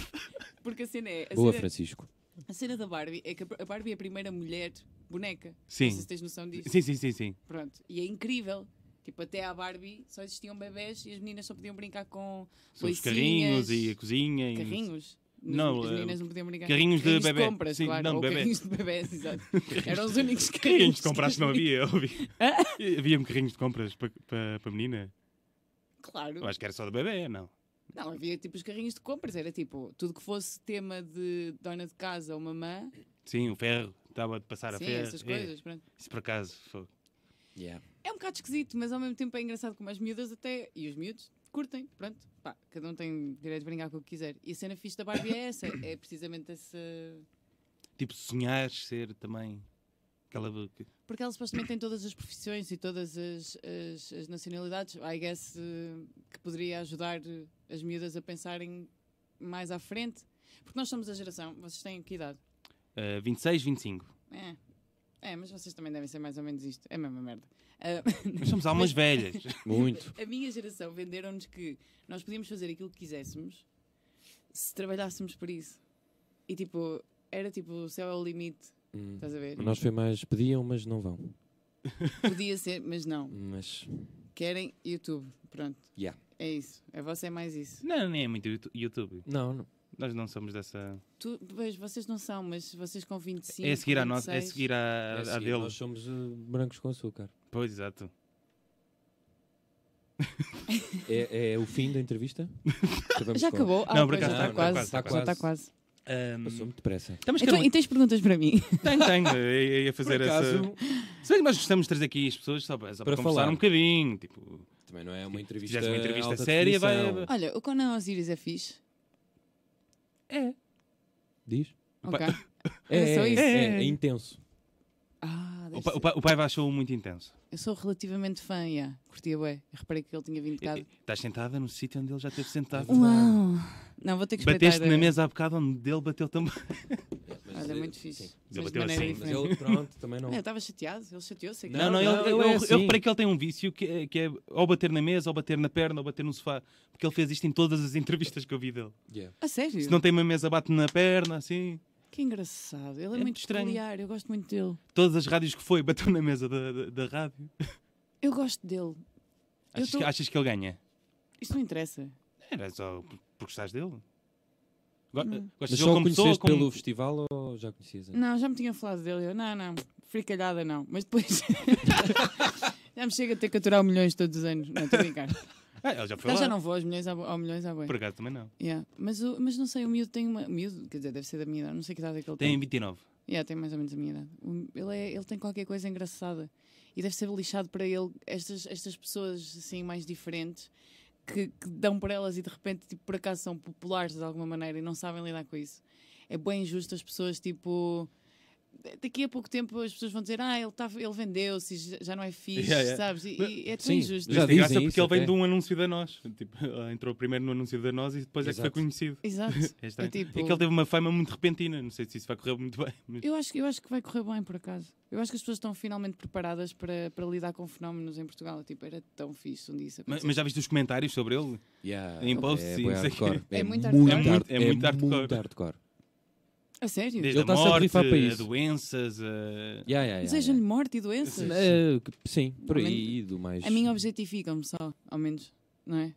Speaker 1: Porque a cena é, a,
Speaker 2: Boa,
Speaker 1: cena,
Speaker 2: Francisco.
Speaker 1: a cena da Barbie é que a a Barbie é a primeira mulher boneca.
Speaker 3: Sim.
Speaker 1: Não sei se tens noção disso.
Speaker 3: Sim, sim, sim, sim.
Speaker 1: Pronto. E é incrível. Tipo, até à Barbie só existiam bebés e as meninas só podiam brincar com
Speaker 3: São os
Speaker 1: foicinhas,
Speaker 3: carrinhos e a cozinha. e-
Speaker 1: Carrinhos?
Speaker 3: Não,
Speaker 1: as
Speaker 3: eh,
Speaker 1: meninas não podiam brincar.
Speaker 3: carrinhos de bebé.
Speaker 1: compras,
Speaker 3: Sim,
Speaker 1: claro.
Speaker 3: não,
Speaker 1: ou
Speaker 3: bebé.
Speaker 1: carrinhos de bebés, exato. Eram os únicos carrinhos.
Speaker 3: Carrinhos de
Speaker 1: que é
Speaker 3: compras não
Speaker 1: existiam.
Speaker 3: havia, óbvio. Havia-me carrinhos de compras para pa, pa menina.
Speaker 1: Claro.
Speaker 3: Eu acho que era só de bebê, não.
Speaker 1: Não, havia tipo os carrinhos de compras, era tipo tudo que fosse tema de dona de casa ou mamã,
Speaker 3: Sim, o ferro. Estava de passar a
Speaker 1: sim,
Speaker 3: ferro.
Speaker 1: essas
Speaker 3: É,
Speaker 1: coisas. pronto.
Speaker 3: Isso por acaso. Foi.
Speaker 1: É um bocado esquisito, mas ao mesmo tempo é engraçado como as miúdas até, e os miúdos, curtem, pronto, pá, cada um tem direito de brincar com o que quiser. E a cena fixe da Barbie é essa, é precisamente essa.
Speaker 3: Tipo, sonhar ser também. Aquela. boca.
Speaker 1: Porque ela supostamente tem todas as profissões e todas as, as, as nacionalidades, I guess eh, que poderia ajudar eh, as miúdas a pensarem mais à frente. Porque nós somos a geração, vocês têm que idade?
Speaker 3: Ah, 26, 25.
Speaker 1: É. É, mas vocês também devem ser mais ou menos isto. É a mesma merda. Ah,
Speaker 3: Nós somos almas velhas.
Speaker 2: Muito.
Speaker 1: a minha geração venderam-nos que nós podíamos fazer aquilo que quiséssemos se trabalhássemos por isso. E tipo, era tipo, o céu é o limite.
Speaker 2: Hum.
Speaker 1: Estás a ver?
Speaker 2: Nós foi mais. Pediam, mas não vão.
Speaker 1: Podia ser, mas não.
Speaker 2: Mas.
Speaker 1: Querem YouTube. Pronto.
Speaker 2: Yeah.
Speaker 1: É isso. A vossa é mais isso.
Speaker 3: não, nem é muito Youtu- YouTube.
Speaker 2: Não, não.
Speaker 3: Nós não somos dessa.
Speaker 1: Tu, pois, vocês não são, mas vocês com 25.
Speaker 3: é a seguir à nossa. É
Speaker 1: 26,
Speaker 3: a seguir à, à
Speaker 2: É assim,
Speaker 3: dele.
Speaker 2: Nós somos eh, brancos com açúcar.
Speaker 3: Pois, exato.
Speaker 2: É, é o fim da entrevista? Acabamos
Speaker 1: Já
Speaker 2: com-
Speaker 1: acabou? Ah,
Speaker 3: Não, por
Speaker 1: pois,
Speaker 3: acaso
Speaker 1: já
Speaker 2: não,
Speaker 1: está quase.
Speaker 2: está
Speaker 1: Já está quase.
Speaker 3: Ahm,
Speaker 2: Passou muito depressa.
Speaker 3: Estamos
Speaker 1: Então,
Speaker 3: cada um-
Speaker 1: e tens perguntas para mim?
Speaker 3: Tenho, tenho. Eu- eu ia fazer essa. Se bem que nós gostamos de trazer aqui as pessoas só para, só para
Speaker 2: Para
Speaker 3: conversar
Speaker 2: falar.
Speaker 3: um bocadinho. Tipo,
Speaker 2: Também não é uma
Speaker 3: se
Speaker 2: entrevista.
Speaker 3: fizeres uma entrevista
Speaker 2: alta
Speaker 3: séria, vai.
Speaker 2: definição.
Speaker 1: Olha, o Conan Osiris é fixe.
Speaker 2: Diz?
Speaker 1: Ok.
Speaker 2: É,
Speaker 1: Era só
Speaker 2: é,
Speaker 1: isso.
Speaker 2: é, é intenso.
Speaker 1: Ah,
Speaker 3: O
Speaker 1: deve
Speaker 3: pai,
Speaker 1: ser.
Speaker 3: o pai, o pai achou muito intenso.
Speaker 1: Eu sou relativamente fã, yeah. curtia bué. Reparei que ele tinha vindo cá.
Speaker 3: E- e- Estás sentada no sítio onde ele já esteve sentado.
Speaker 1: Uau! Não, vou ter que espreitar.
Speaker 3: Bateste na mesa há bocado onde ele bateu também.
Speaker 1: Olha, é muito fixe.
Speaker 2: Sim.
Speaker 3: Ele
Speaker 1: Mas de
Speaker 3: bateu
Speaker 1: maneira
Speaker 3: assim,
Speaker 2: Mas
Speaker 1: diferente.
Speaker 2: ele, pronto, também não.
Speaker 1: Ah, Eu estava chateado, ele chateou-se. é que-
Speaker 3: Não, não,
Speaker 2: Não,
Speaker 3: ele-
Speaker 2: não,
Speaker 3: eu,
Speaker 2: ele é
Speaker 3: eu
Speaker 2: assim.
Speaker 3: reparei que ele tem um vício que é, que é ou bater na mesa, ou bater na perna, ou bater no sofá. Porque ele fez isto em todas as entrevistas que eu vi dele.
Speaker 2: Yeah.
Speaker 1: A Ah, sério?
Speaker 3: Se não tem uma mesa, bate na perna, assim.
Speaker 1: Que engraçado. Ele é,
Speaker 3: É
Speaker 1: muito
Speaker 3: estranho.
Speaker 1: peculiar, eu gosto muito dele.
Speaker 3: Todas as rádios que foi, bateu na mesa da, da, da rádio.
Speaker 1: Eu gosto dele. Eu
Speaker 3: Achas,
Speaker 1: tô-
Speaker 3: que, achas que ele ganha?
Speaker 1: Isso não interessa.
Speaker 3: Era só por- porque estás dele. Go- eh,
Speaker 1: Hum.
Speaker 2: Mas
Speaker 3: Gostas
Speaker 2: só
Speaker 3: dele
Speaker 2: o
Speaker 3: como pessoa,
Speaker 2: conheceste
Speaker 3: como...
Speaker 2: pelo festival ou já conhecias? antes?
Speaker 1: Não, já me tinha falado dele. Eu, não, não, fricalhada não. Mas depois. já me chega a ter que aturar o milhões todos os anos. Não, estou a brincar.
Speaker 3: Ah, ele já foi
Speaker 1: Mas
Speaker 3: lá.
Speaker 1: já não vou aos milhões, ao, ao milhões à boi.
Speaker 3: Por acaso também não.
Speaker 1: Yeah. Mas, o- mas não sei, o miúdo tem uma. o Miúdo, quer dizer, deve ser da minha idade, não sei que idade é que ele
Speaker 3: Tem
Speaker 1: tem.
Speaker 3: 29.
Speaker 1: Yeah, tem mais ou menos a minha idade. Um, Ele, é- ele tem qualquer coisa engraçada e deve ser lixado para ele estas, estas pessoas assim mais diferentes que, que dão por elas e de repente tipo, por acaso são populares de alguma maneira e não sabem lidar com isso. É bem injusto as pessoas tipo. Daqui a pouco tempo as pessoas vão dizer ah, ele, tá, ele vendeu-se, e já- já não é fixe,
Speaker 3: Yeah, yeah.
Speaker 1: sabes? E, e é tão
Speaker 2: Sim,
Speaker 1: injusto.
Speaker 2: Já
Speaker 3: Já
Speaker 2: dizem
Speaker 3: graça
Speaker 2: isso
Speaker 3: porque ele vem
Speaker 2: até.
Speaker 3: de um anúncio da nós. Tipo, ele entrou primeiro no anúncio da nós e depois é que foi
Speaker 2: Exato.
Speaker 3: conhecido.
Speaker 1: Exato.
Speaker 3: É, estranho.
Speaker 1: É tipo-
Speaker 3: É que ele teve uma fama muito repentina. Não sei se isso vai correr muito bem. mas-
Speaker 1: Eu acho, eu acho que vai correr bem, por acaso. Eu acho que as pessoas estão finalmente preparadas para, para lidar com fenómenos em Portugal. Tipo, era tão fixe um dia isso
Speaker 3: Mas,
Speaker 1: acontecer.
Speaker 3: mas já viste os comentários sobre ele?
Speaker 2: Yeah.
Speaker 3: Em post,
Speaker 2: é,
Speaker 3: sim,
Speaker 2: bué
Speaker 3: não sei o quê.
Speaker 2: hardcore.
Speaker 1: É muito
Speaker 3: hardcore.
Speaker 2: hard-
Speaker 3: É muito hardcore.
Speaker 2: hardcore.
Speaker 1: A sério?
Speaker 2: Ele
Speaker 3: Desde a
Speaker 2: tá sempre a
Speaker 3: morte,
Speaker 2: rifar para
Speaker 3: a
Speaker 2: isso.
Speaker 3: doenças, a...
Speaker 2: Yeah, yeah, yeah,
Speaker 1: Desejam-lhe morte e doenças?
Speaker 3: É, Sim.
Speaker 2: yeah. Eh, que- Sim, por
Speaker 1: Ao
Speaker 2: aí e do mais.
Speaker 1: A mim objetificam-me só, ao menos, não é?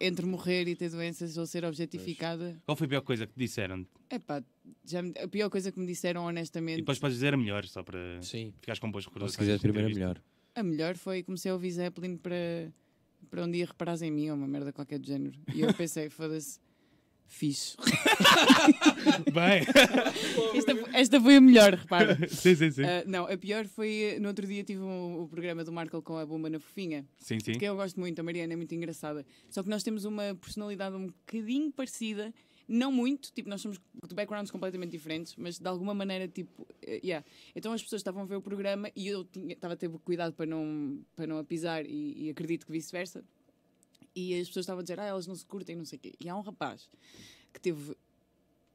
Speaker 1: Entre morrer e ter doenças ou ser objetificada.
Speaker 3: Qual foi a pior coisa que te disseram?
Speaker 1: É pá, já me- a pior coisa que me disseram,
Speaker 3: E
Speaker 1: honestamente,
Speaker 3: depois podes dizer a melhor, só para
Speaker 2: Sim.
Speaker 3: ficares com boas
Speaker 2: Ou
Speaker 3: recordações.
Speaker 2: se quiseres,
Speaker 3: da
Speaker 2: primeiro é
Speaker 3: entrevista.
Speaker 2: melhor.
Speaker 1: a melhor foi comecei a ouvir Zeppelin para, para um dia reparares em mim ou uma merda qualquer do género. E eu pensei, foda-se, fixe.
Speaker 3: Bem,
Speaker 1: Esta, esta foi a melhor, repara.
Speaker 3: sim, sim, sim.
Speaker 1: Ah, não, a pior foi eh, no outro dia tive um- o programa do Marco com a Bumba na Fofinha,
Speaker 3: sim, sim.
Speaker 1: que eu gosto muito, a Mariana é muito engraçada. Só que nós temos uma personalidade um bocadinho parecida, não muito, tipo, nós somos de backgrounds completamente diferentes, mas de alguma maneira, tipo, eh, yeah. Então as pessoas estavam a ver o programa e eu tinha- estava a ter cuidado para não, para não a pisar e, e acredito que vice-versa. E as pessoas estavam a dizer, ah, elas não se curtem, não sei o quê. E há um rapaz que teve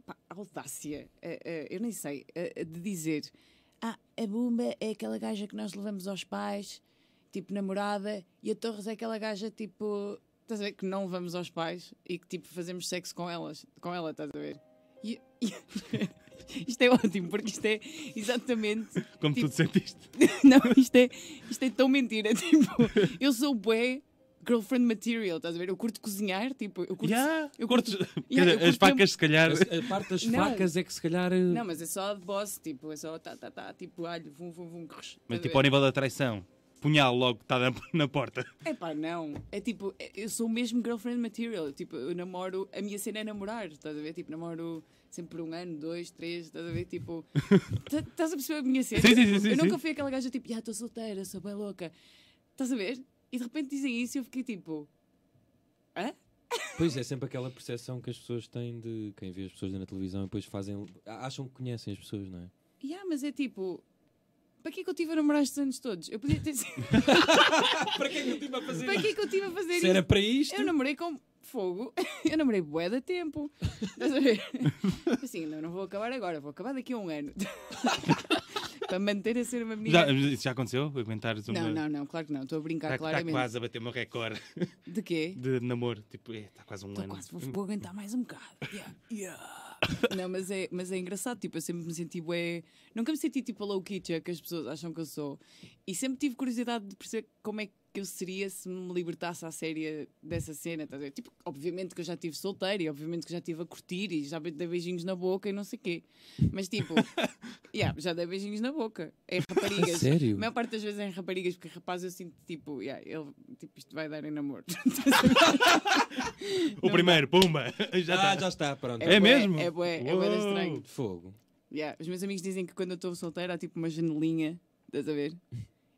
Speaker 1: pá, a audácia, eh, eh, eu nem sei, eh, eh, de dizer: Ah, a Bumba é aquela gaja que nós levamos aos pais, tipo namorada, e a Torres é aquela gaja tipo. Estás a ver? Que não levamos aos pais e que tipo fazemos sexo com elas, com ela, estás a ver? E- e- isto é ótimo, porque isto é exatamente
Speaker 3: Como
Speaker 1: tipo-
Speaker 3: tu te sentiste.
Speaker 1: não, isto é, isto é tão mentira. Tipo, eu sou bué girlfriend material, estás a ver? Eu curto cozinhar, tipo, eu curto.
Speaker 3: Yeah,
Speaker 1: eu
Speaker 3: curto-
Speaker 1: curto-
Speaker 3: Quer
Speaker 1: Yeah,
Speaker 3: dizer,
Speaker 1: eu
Speaker 3: as
Speaker 1: curto
Speaker 3: facas, se calhar.
Speaker 2: A parte das
Speaker 1: Não. facas
Speaker 2: facas é que se calhar.
Speaker 1: Não, mas é só de boss, tipo, é só tá, tá, tá, tipo, alho, vum, vum, vum, crux. Estás
Speaker 3: Mas
Speaker 1: a
Speaker 3: tipo,
Speaker 1: ver?
Speaker 3: ao nível da traição, punhal logo está na, na porta.
Speaker 1: É pá, não. É tipo, é- eu sou mesmo girlfriend material. Tipo, eu namoro. A minha cena é namorar, estás a ver? Tipo, namoro sempre por um ano, dois, três, estás a ver? Tipo, tá- estás a perceber a minha cena?
Speaker 3: Sim, sim, sim,
Speaker 1: Tipo,
Speaker 3: sim,
Speaker 1: eu nunca
Speaker 3: sim.
Speaker 1: fui aquela gaja tipo, ah, estou solteira, sou bem louca. Estás a ver? E de repente dizem isso e eu fiquei tipo,
Speaker 2: Pois é, sempre aquela percepção que as pessoas têm de quem vê as pessoas na televisão e depois fazem. acham que conhecem as pessoas, não é?
Speaker 1: yeah, mas é tipo. Para que é que eu estive a namorar estes anos todos? Eu podia ter sido.
Speaker 2: Para quem eu estive a fazer
Speaker 1: Para que é que eu estive a fazer
Speaker 2: Se
Speaker 1: isto?
Speaker 2: era para isto.
Speaker 1: Eu namorei com fogo. Eu namorei bué da tempo. Estás a ver? Assim, não, não vou acabar agora, vou acabar daqui a um ano. Para manter a ser uma
Speaker 3: Já,
Speaker 1: menina.
Speaker 3: isso já aconteceu? Aguentares uma.
Speaker 1: Não, não, não, claro que não. Estou a brincar,
Speaker 3: Está
Speaker 1: claramente.
Speaker 3: Tá- quase a bater o meu recorde
Speaker 1: De quê?
Speaker 3: de namoro. Tipo, está quase um
Speaker 1: Estou
Speaker 3: ano.
Speaker 1: Tá quase, vou, vou aguentar mais um bocado. Yeah, yeah. Não, mas é, mas é engraçado, tipo, eu sempre me senti bué... Nunca me senti tipo a low kitcha que as pessoas acham que eu sou. E sempre tive curiosidade de perceber como é que eu seria se me libertasse à séria dessa cena, estás a ver? Tipo, obviamente que eu já estive solteira e obviamente que já estive a curtir e já dei beijinhos na boca e não sei o quê. Mas tipo, Yeah, já dei beijinhos na boca. Em raparigas.
Speaker 2: Sério?
Speaker 1: A maior parte das vezes é em raparigas, porque rapaz eu sinto tipo, yeah, ele, tipo isto vai dar em namoro.
Speaker 3: O primeiro, pumba! Já
Speaker 2: Ah,
Speaker 3: tá.
Speaker 2: já está, pronto.
Speaker 1: bué,
Speaker 3: É mesmo?
Speaker 1: É bué, é bué de
Speaker 3: Uou.
Speaker 1: estranho.
Speaker 2: Fogo.
Speaker 1: Yeah, Os meus amigos dizem que quando eu estou solteira há tipo uma janelinha, estás a ver?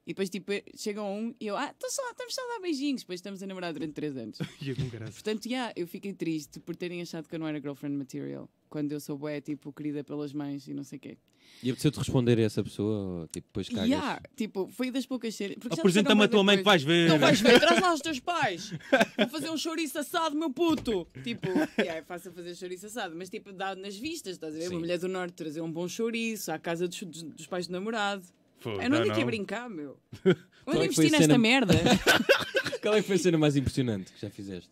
Speaker 1: E depois tipo, chegam a um e eu, ah, tô só, estamos só a dar beijinhos, depois estamos a namorar durante 3 anos.
Speaker 3: Ia com graça.
Speaker 1: Portanto, yeah, eu fiquei triste por terem achado que eu não era girlfriend material. Quando eu sou bué, tipo, querida pelas mães e não sei o quê.
Speaker 2: E apeteceu-te responder a essa pessoa? ou, Tipo, depois cagas.
Speaker 1: Yeah, tipo, foi das poucas séries. porque já me disseram
Speaker 3: Apresenta-me a
Speaker 1: bué da
Speaker 3: tua mãe que
Speaker 1: coisa.
Speaker 3: vais ver.
Speaker 1: Não vais ver, traz lá os teus pais. Vou fazer um chouriço assado, meu puto. Tipo, yeah, é fácil fazer chouriço assado, mas tipo, dá nas vistas, estás a ver?
Speaker 2: Sim.
Speaker 1: Uma mulher do Norte trazer um bom chouriço à casa dos, dos- dos pais do namorado.
Speaker 3: Fogo,
Speaker 1: Eu não ando aqui a brincar, meu.
Speaker 2: é
Speaker 1: Onde
Speaker 2: que
Speaker 1: investi
Speaker 2: foi a
Speaker 1: nesta
Speaker 2: cena-
Speaker 1: merda?
Speaker 2: Qual é que foi a cena mais impressionante que já fizeste?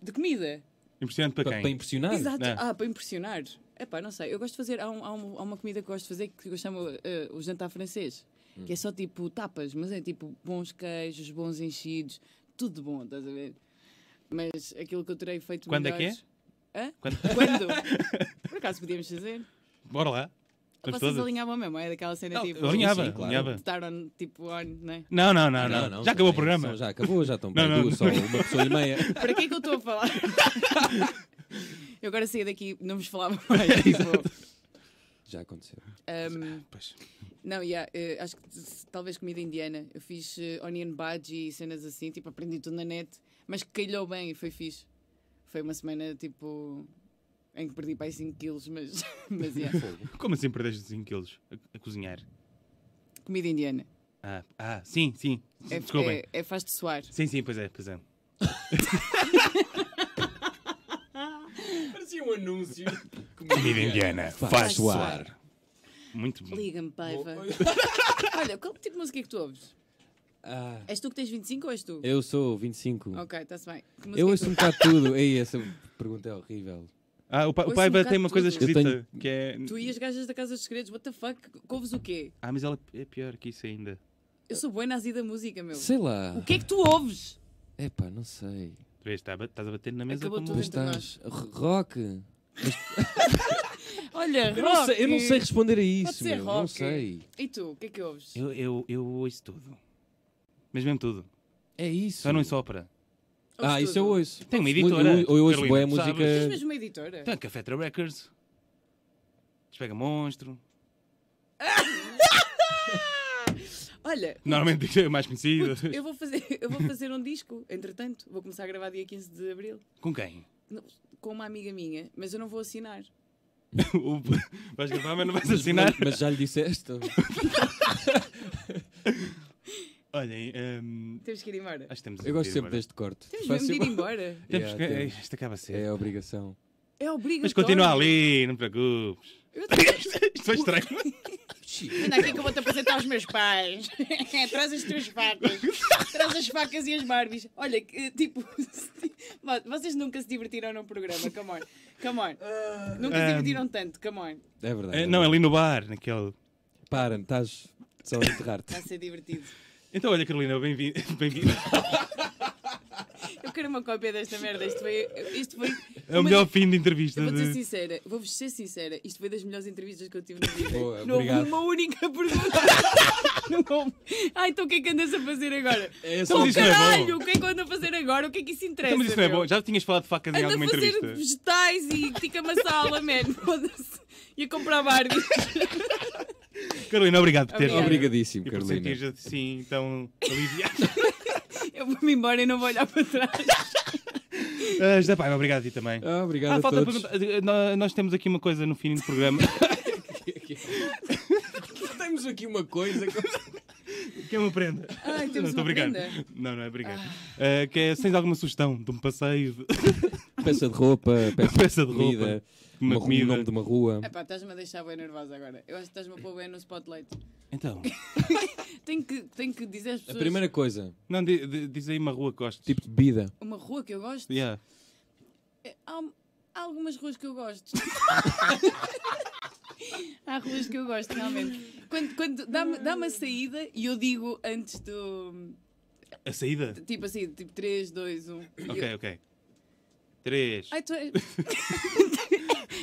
Speaker 1: De comida.
Speaker 3: Impressionante para
Speaker 2: Para, para
Speaker 3: quem?
Speaker 2: impressionar?
Speaker 1: Exato.
Speaker 3: Não.
Speaker 1: Ah, para impressionar. Epá, não sei. Eu gosto de fazer. Há, um- há um- há uma comida que eu gosto de fazer que eu chamo eh, o jantar francês.
Speaker 3: Hum.
Speaker 1: Que é só tipo tapas, mas é tipo bons queijos, bons enchidos, tudo de bom, estás a ver? Mas aquilo que eu terei feito
Speaker 3: Quando é que é?
Speaker 1: melhores- Hã?
Speaker 3: Quando-
Speaker 1: Quando? Por acaso podíamos fazer?
Speaker 3: Bora lá. Vamos
Speaker 1: Vocês
Speaker 3: todas.
Speaker 1: alinhavam mesmo, é daquela cena
Speaker 3: Não,
Speaker 1: tipo.
Speaker 3: eu alinhava,
Speaker 2: Sim, claro.
Speaker 3: alinhava.
Speaker 1: de Estar on, tipo on, né?
Speaker 3: Não, não,
Speaker 2: Ah,
Speaker 3: não, não. Já acabou o
Speaker 2: também,
Speaker 3: programa.
Speaker 2: só- Já acabou, já estão
Speaker 3: Não,
Speaker 2: bem
Speaker 3: não,
Speaker 2: duas, só uma pessoa e meia.
Speaker 1: Para que é que eu estou a falar? eu agora saí daqui, não vos falava mais. tipo,
Speaker 2: Já aconteceu.
Speaker 1: ahm,
Speaker 3: Pois.
Speaker 1: Não, yeah, eh, acho que s- talvez comida indiana. Eu fiz eh, onion bhaji e cenas assim, tipo, aprendi tudo na net, mas que calhou bem e foi fixe. Foi uma semana, tipo, em que perdi para aí 5 quilos, mas, mas yeah,
Speaker 3: Como assim perdeste 5 quilos a, a cozinhar?
Speaker 1: comida indiana.
Speaker 3: Ah, ah, sim, sim.
Speaker 1: É,
Speaker 3: Desculpem.
Speaker 1: é, é faz-te suar.
Speaker 3: Sim, sim, pois é, pois é.
Speaker 2: Parecia um anúncio.
Speaker 3: Comida indiana.
Speaker 2: Faz suar.
Speaker 3: Muito bom.
Speaker 4: Liga-me, paiva.
Speaker 1: Olha, qual tipo de música é que tu ouves?
Speaker 2: Ah,
Speaker 1: És tu que tens 25 ou és tu?
Speaker 2: eu sou 25.
Speaker 1: Ok, está-se bem. Que música
Speaker 2: Eu
Speaker 1: é
Speaker 2: ouço
Speaker 1: que
Speaker 2: um
Speaker 1: tu-
Speaker 2: bocado tudo. Ei, essa pergunta é horrível.
Speaker 3: Ah, o, pa, o
Speaker 1: Ouço
Speaker 3: Paiva
Speaker 1: um bocado
Speaker 3: tem uma coisa
Speaker 1: tudo. Eu
Speaker 3: esquisita
Speaker 2: tenho-
Speaker 3: que é.
Speaker 1: Tu e as gajas da Casa dos Segredos, what the fuck? Couves o quê?
Speaker 3: Ah, mas ela é pior que isso ainda.
Speaker 1: Eu sou boa nazi da música, meu.
Speaker 2: Sei lá.
Speaker 1: O que é que tu ouves?
Speaker 2: Epá, não sei.
Speaker 3: Tu vês, tá a ba- estás a bater na mesa
Speaker 1: Acabou
Speaker 3: como...
Speaker 1: tudo.
Speaker 2: Mas estás. R- Rock.
Speaker 1: Olha,
Speaker 2: Eu não, sei, eu não
Speaker 1: rock.
Speaker 2: sei responder a
Speaker 1: Pode
Speaker 2: isso.
Speaker 1: ser
Speaker 2: meu,
Speaker 1: rock.
Speaker 2: Não sei.
Speaker 1: E tu, o que é que ouves?
Speaker 3: Eu, eu, eu ouço tudo. Mas mesmo tudo.
Speaker 2: É isso.
Speaker 3: Só não em sopra.
Speaker 2: Ah,
Speaker 1: Ouves
Speaker 3: é
Speaker 2: isso eu
Speaker 1: tudo.
Speaker 2: ouço.
Speaker 3: Tem uma
Speaker 2: Ou-
Speaker 3: editora,
Speaker 2: ou- Ou eu ouço
Speaker 3: Carolina,
Speaker 2: boa
Speaker 3: tu sabes.
Speaker 1: Tens
Speaker 2: música.
Speaker 1: mesmo uma editora?
Speaker 3: Tem a Cafetra é Records. Despega Monstro.
Speaker 1: Olha,
Speaker 3: Normalmente é mais conhecida.
Speaker 1: puto, eu, vou fazer, eu vou fazer um disco, entretanto. Vou começar a gravar dia 15 de Abril.
Speaker 3: Com quem?
Speaker 1: Não, Com uma amiga minha, mas eu não vou assinar.
Speaker 3: O- vais gravar, mas não vais assinar.
Speaker 2: Mas já lhe disseste?
Speaker 3: Olhem, ehm,
Speaker 1: Temos que ir embora.
Speaker 3: acho que temos
Speaker 2: Eu gosto sempre deste corte.
Speaker 1: Temos
Speaker 2: Vai
Speaker 1: mesmo de
Speaker 2: ser-
Speaker 1: ir embora.
Speaker 3: Temos
Speaker 2: Yeah,
Speaker 3: que...
Speaker 2: temos.
Speaker 3: Isto acaba a ser.
Speaker 2: É a obrigação.
Speaker 1: É obrigatório.
Speaker 3: Mas continua ali, não te preocupes.
Speaker 1: Eu tenho-
Speaker 3: Isto foi estranho.
Speaker 4: Anda aqui que eu vou-te apresentar aos meus pais. Traz as tuas facas.
Speaker 1: Traz as facas e as Barbies. Olha, que, tipo, Mano, vocês nunca se divertiram num programa, come on. Come on. Nunca se
Speaker 3: Ah.
Speaker 1: divertiram tanto, come on.
Speaker 2: É verdade.
Speaker 3: É,
Speaker 2: é
Speaker 3: não,
Speaker 2: verdade.
Speaker 3: é- ali no bar, naquele.
Speaker 2: Para, estás só a enterrar-te.
Speaker 1: Vai ser divertido.
Speaker 3: Então, olha, Carolina, bem-vinda. bem-vinda.
Speaker 1: Eu quero uma cópia desta merda. Isto foi. Isto foi
Speaker 3: É o
Speaker 1: uma-
Speaker 3: melhor fim de entrevista.
Speaker 1: Eu vou
Speaker 3: de-
Speaker 1: ser sincera, vou-vos ser sincera, isto foi das melhores entrevistas que eu tive na vida.
Speaker 2: Boa,
Speaker 1: não houve
Speaker 2: obrigado.
Speaker 1: uma única pergunta. não houve. Ah, então o que é que andas a fazer agora?
Speaker 2: É
Speaker 3: Mas
Speaker 1: Oh,
Speaker 3: isso não é bom.
Speaker 1: caralho, o que é que eu ando a fazer agora? O que é que isso interessa?
Speaker 3: Então, mas isso não é
Speaker 1: meu?
Speaker 3: bom. Já tinhas falado de facas em
Speaker 1: Ando
Speaker 3: alguma
Speaker 1: a fazer
Speaker 3: entrevista.
Speaker 1: vegetais e tica massala, man. Foda-se. E a comprar Barbie.
Speaker 3: Carolina, obrigado por teres.
Speaker 1: Obrigada.
Speaker 2: Obrigadíssimo,
Speaker 3: E por
Speaker 2: Carolina.
Speaker 3: sentires assim tão aliviado.
Speaker 1: Eu vou-me embora e não vou olhar para trás.
Speaker 3: Ah, José Paiva, obrigado a ti também.
Speaker 2: Ah, obrigado
Speaker 3: Ah,
Speaker 2: a
Speaker 3: falta
Speaker 2: todos.
Speaker 3: perguntar. eh, nó- Nós temos aqui uma coisa no fim do programa.
Speaker 2: Temos aqui uma coisa.
Speaker 3: que é uma prenda.
Speaker 1: Ai,
Speaker 3: não,
Speaker 1: temos
Speaker 3: estou
Speaker 1: uma
Speaker 3: brincando.
Speaker 1: prenda.
Speaker 3: Não, não é obrigado. Ah, que é, se tens alguma sugestão de um passeio, de
Speaker 2: Peça de roupa, peça,
Speaker 3: peça de
Speaker 2: de
Speaker 3: roupa,
Speaker 2: comida,
Speaker 3: uma
Speaker 2: uma- o
Speaker 3: comida.
Speaker 2: nome de uma rua.
Speaker 1: Epá, estás-me a deixar bem nervosa agora. Eu acho que estás-me a pôr bem no spotlight.
Speaker 3: Então,
Speaker 1: Tenho que, tenho que dizer às
Speaker 2: A
Speaker 1: pessoas
Speaker 2: primeira coisa,
Speaker 3: não, di- di- diz aí uma rua que gostes.
Speaker 2: tipo de bebida.
Speaker 1: uma rua que eu gosto. É,
Speaker 3: Yeah.
Speaker 1: Há, um, há algumas ruas que eu gosto. há ruas que eu gosto, realmente. Quando, quando dá-me dá a saída e eu digo antes do.
Speaker 3: A saída?
Speaker 1: Tipo assim, tipo 3, 2, 1.
Speaker 3: Ok, ok. Três.
Speaker 1: Ai, tu é...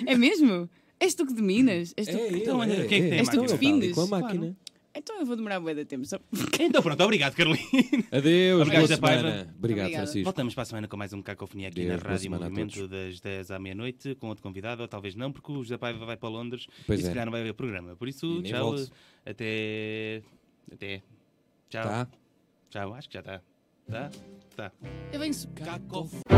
Speaker 1: é mesmo? És tu que dominas? És tu
Speaker 2: É,
Speaker 1: que-
Speaker 2: então,
Speaker 3: olha,
Speaker 2: é,
Speaker 3: quem é que tem a
Speaker 2: é,
Speaker 1: És tu que
Speaker 2: máquina?
Speaker 1: defines?
Speaker 2: Com a máquina.
Speaker 1: Então eu vou demorar bué de tempo. Só...
Speaker 2: É.
Speaker 3: Então pronto, obrigado, Carolina.
Speaker 2: Adeus,
Speaker 3: Obrigado,
Speaker 2: boa
Speaker 3: Zé Paiva.
Speaker 2: semana. Obrigado,
Speaker 1: Obrigada.
Speaker 2: Francisco.
Speaker 3: Voltamos para a semana com mais um Cacofonia aqui
Speaker 2: Deus,
Speaker 3: na
Speaker 2: boa
Speaker 3: Rádio
Speaker 2: semana a
Speaker 3: Movimento, das 10 à meia-noite, com outro convidado, ou talvez não, porque o José Paiva vai para Londres
Speaker 2: Pois
Speaker 3: e se
Speaker 2: é.
Speaker 3: calhar não vai haver programa. Por
Speaker 2: E
Speaker 3: isso,
Speaker 2: nem
Speaker 3: tchau.
Speaker 2: volto.
Speaker 3: Até. Até. Tchau.
Speaker 2: Tá?
Speaker 3: Tchau, acho que já está. Tá? Tá.
Speaker 1: Eu venho
Speaker 3: Cacofonia.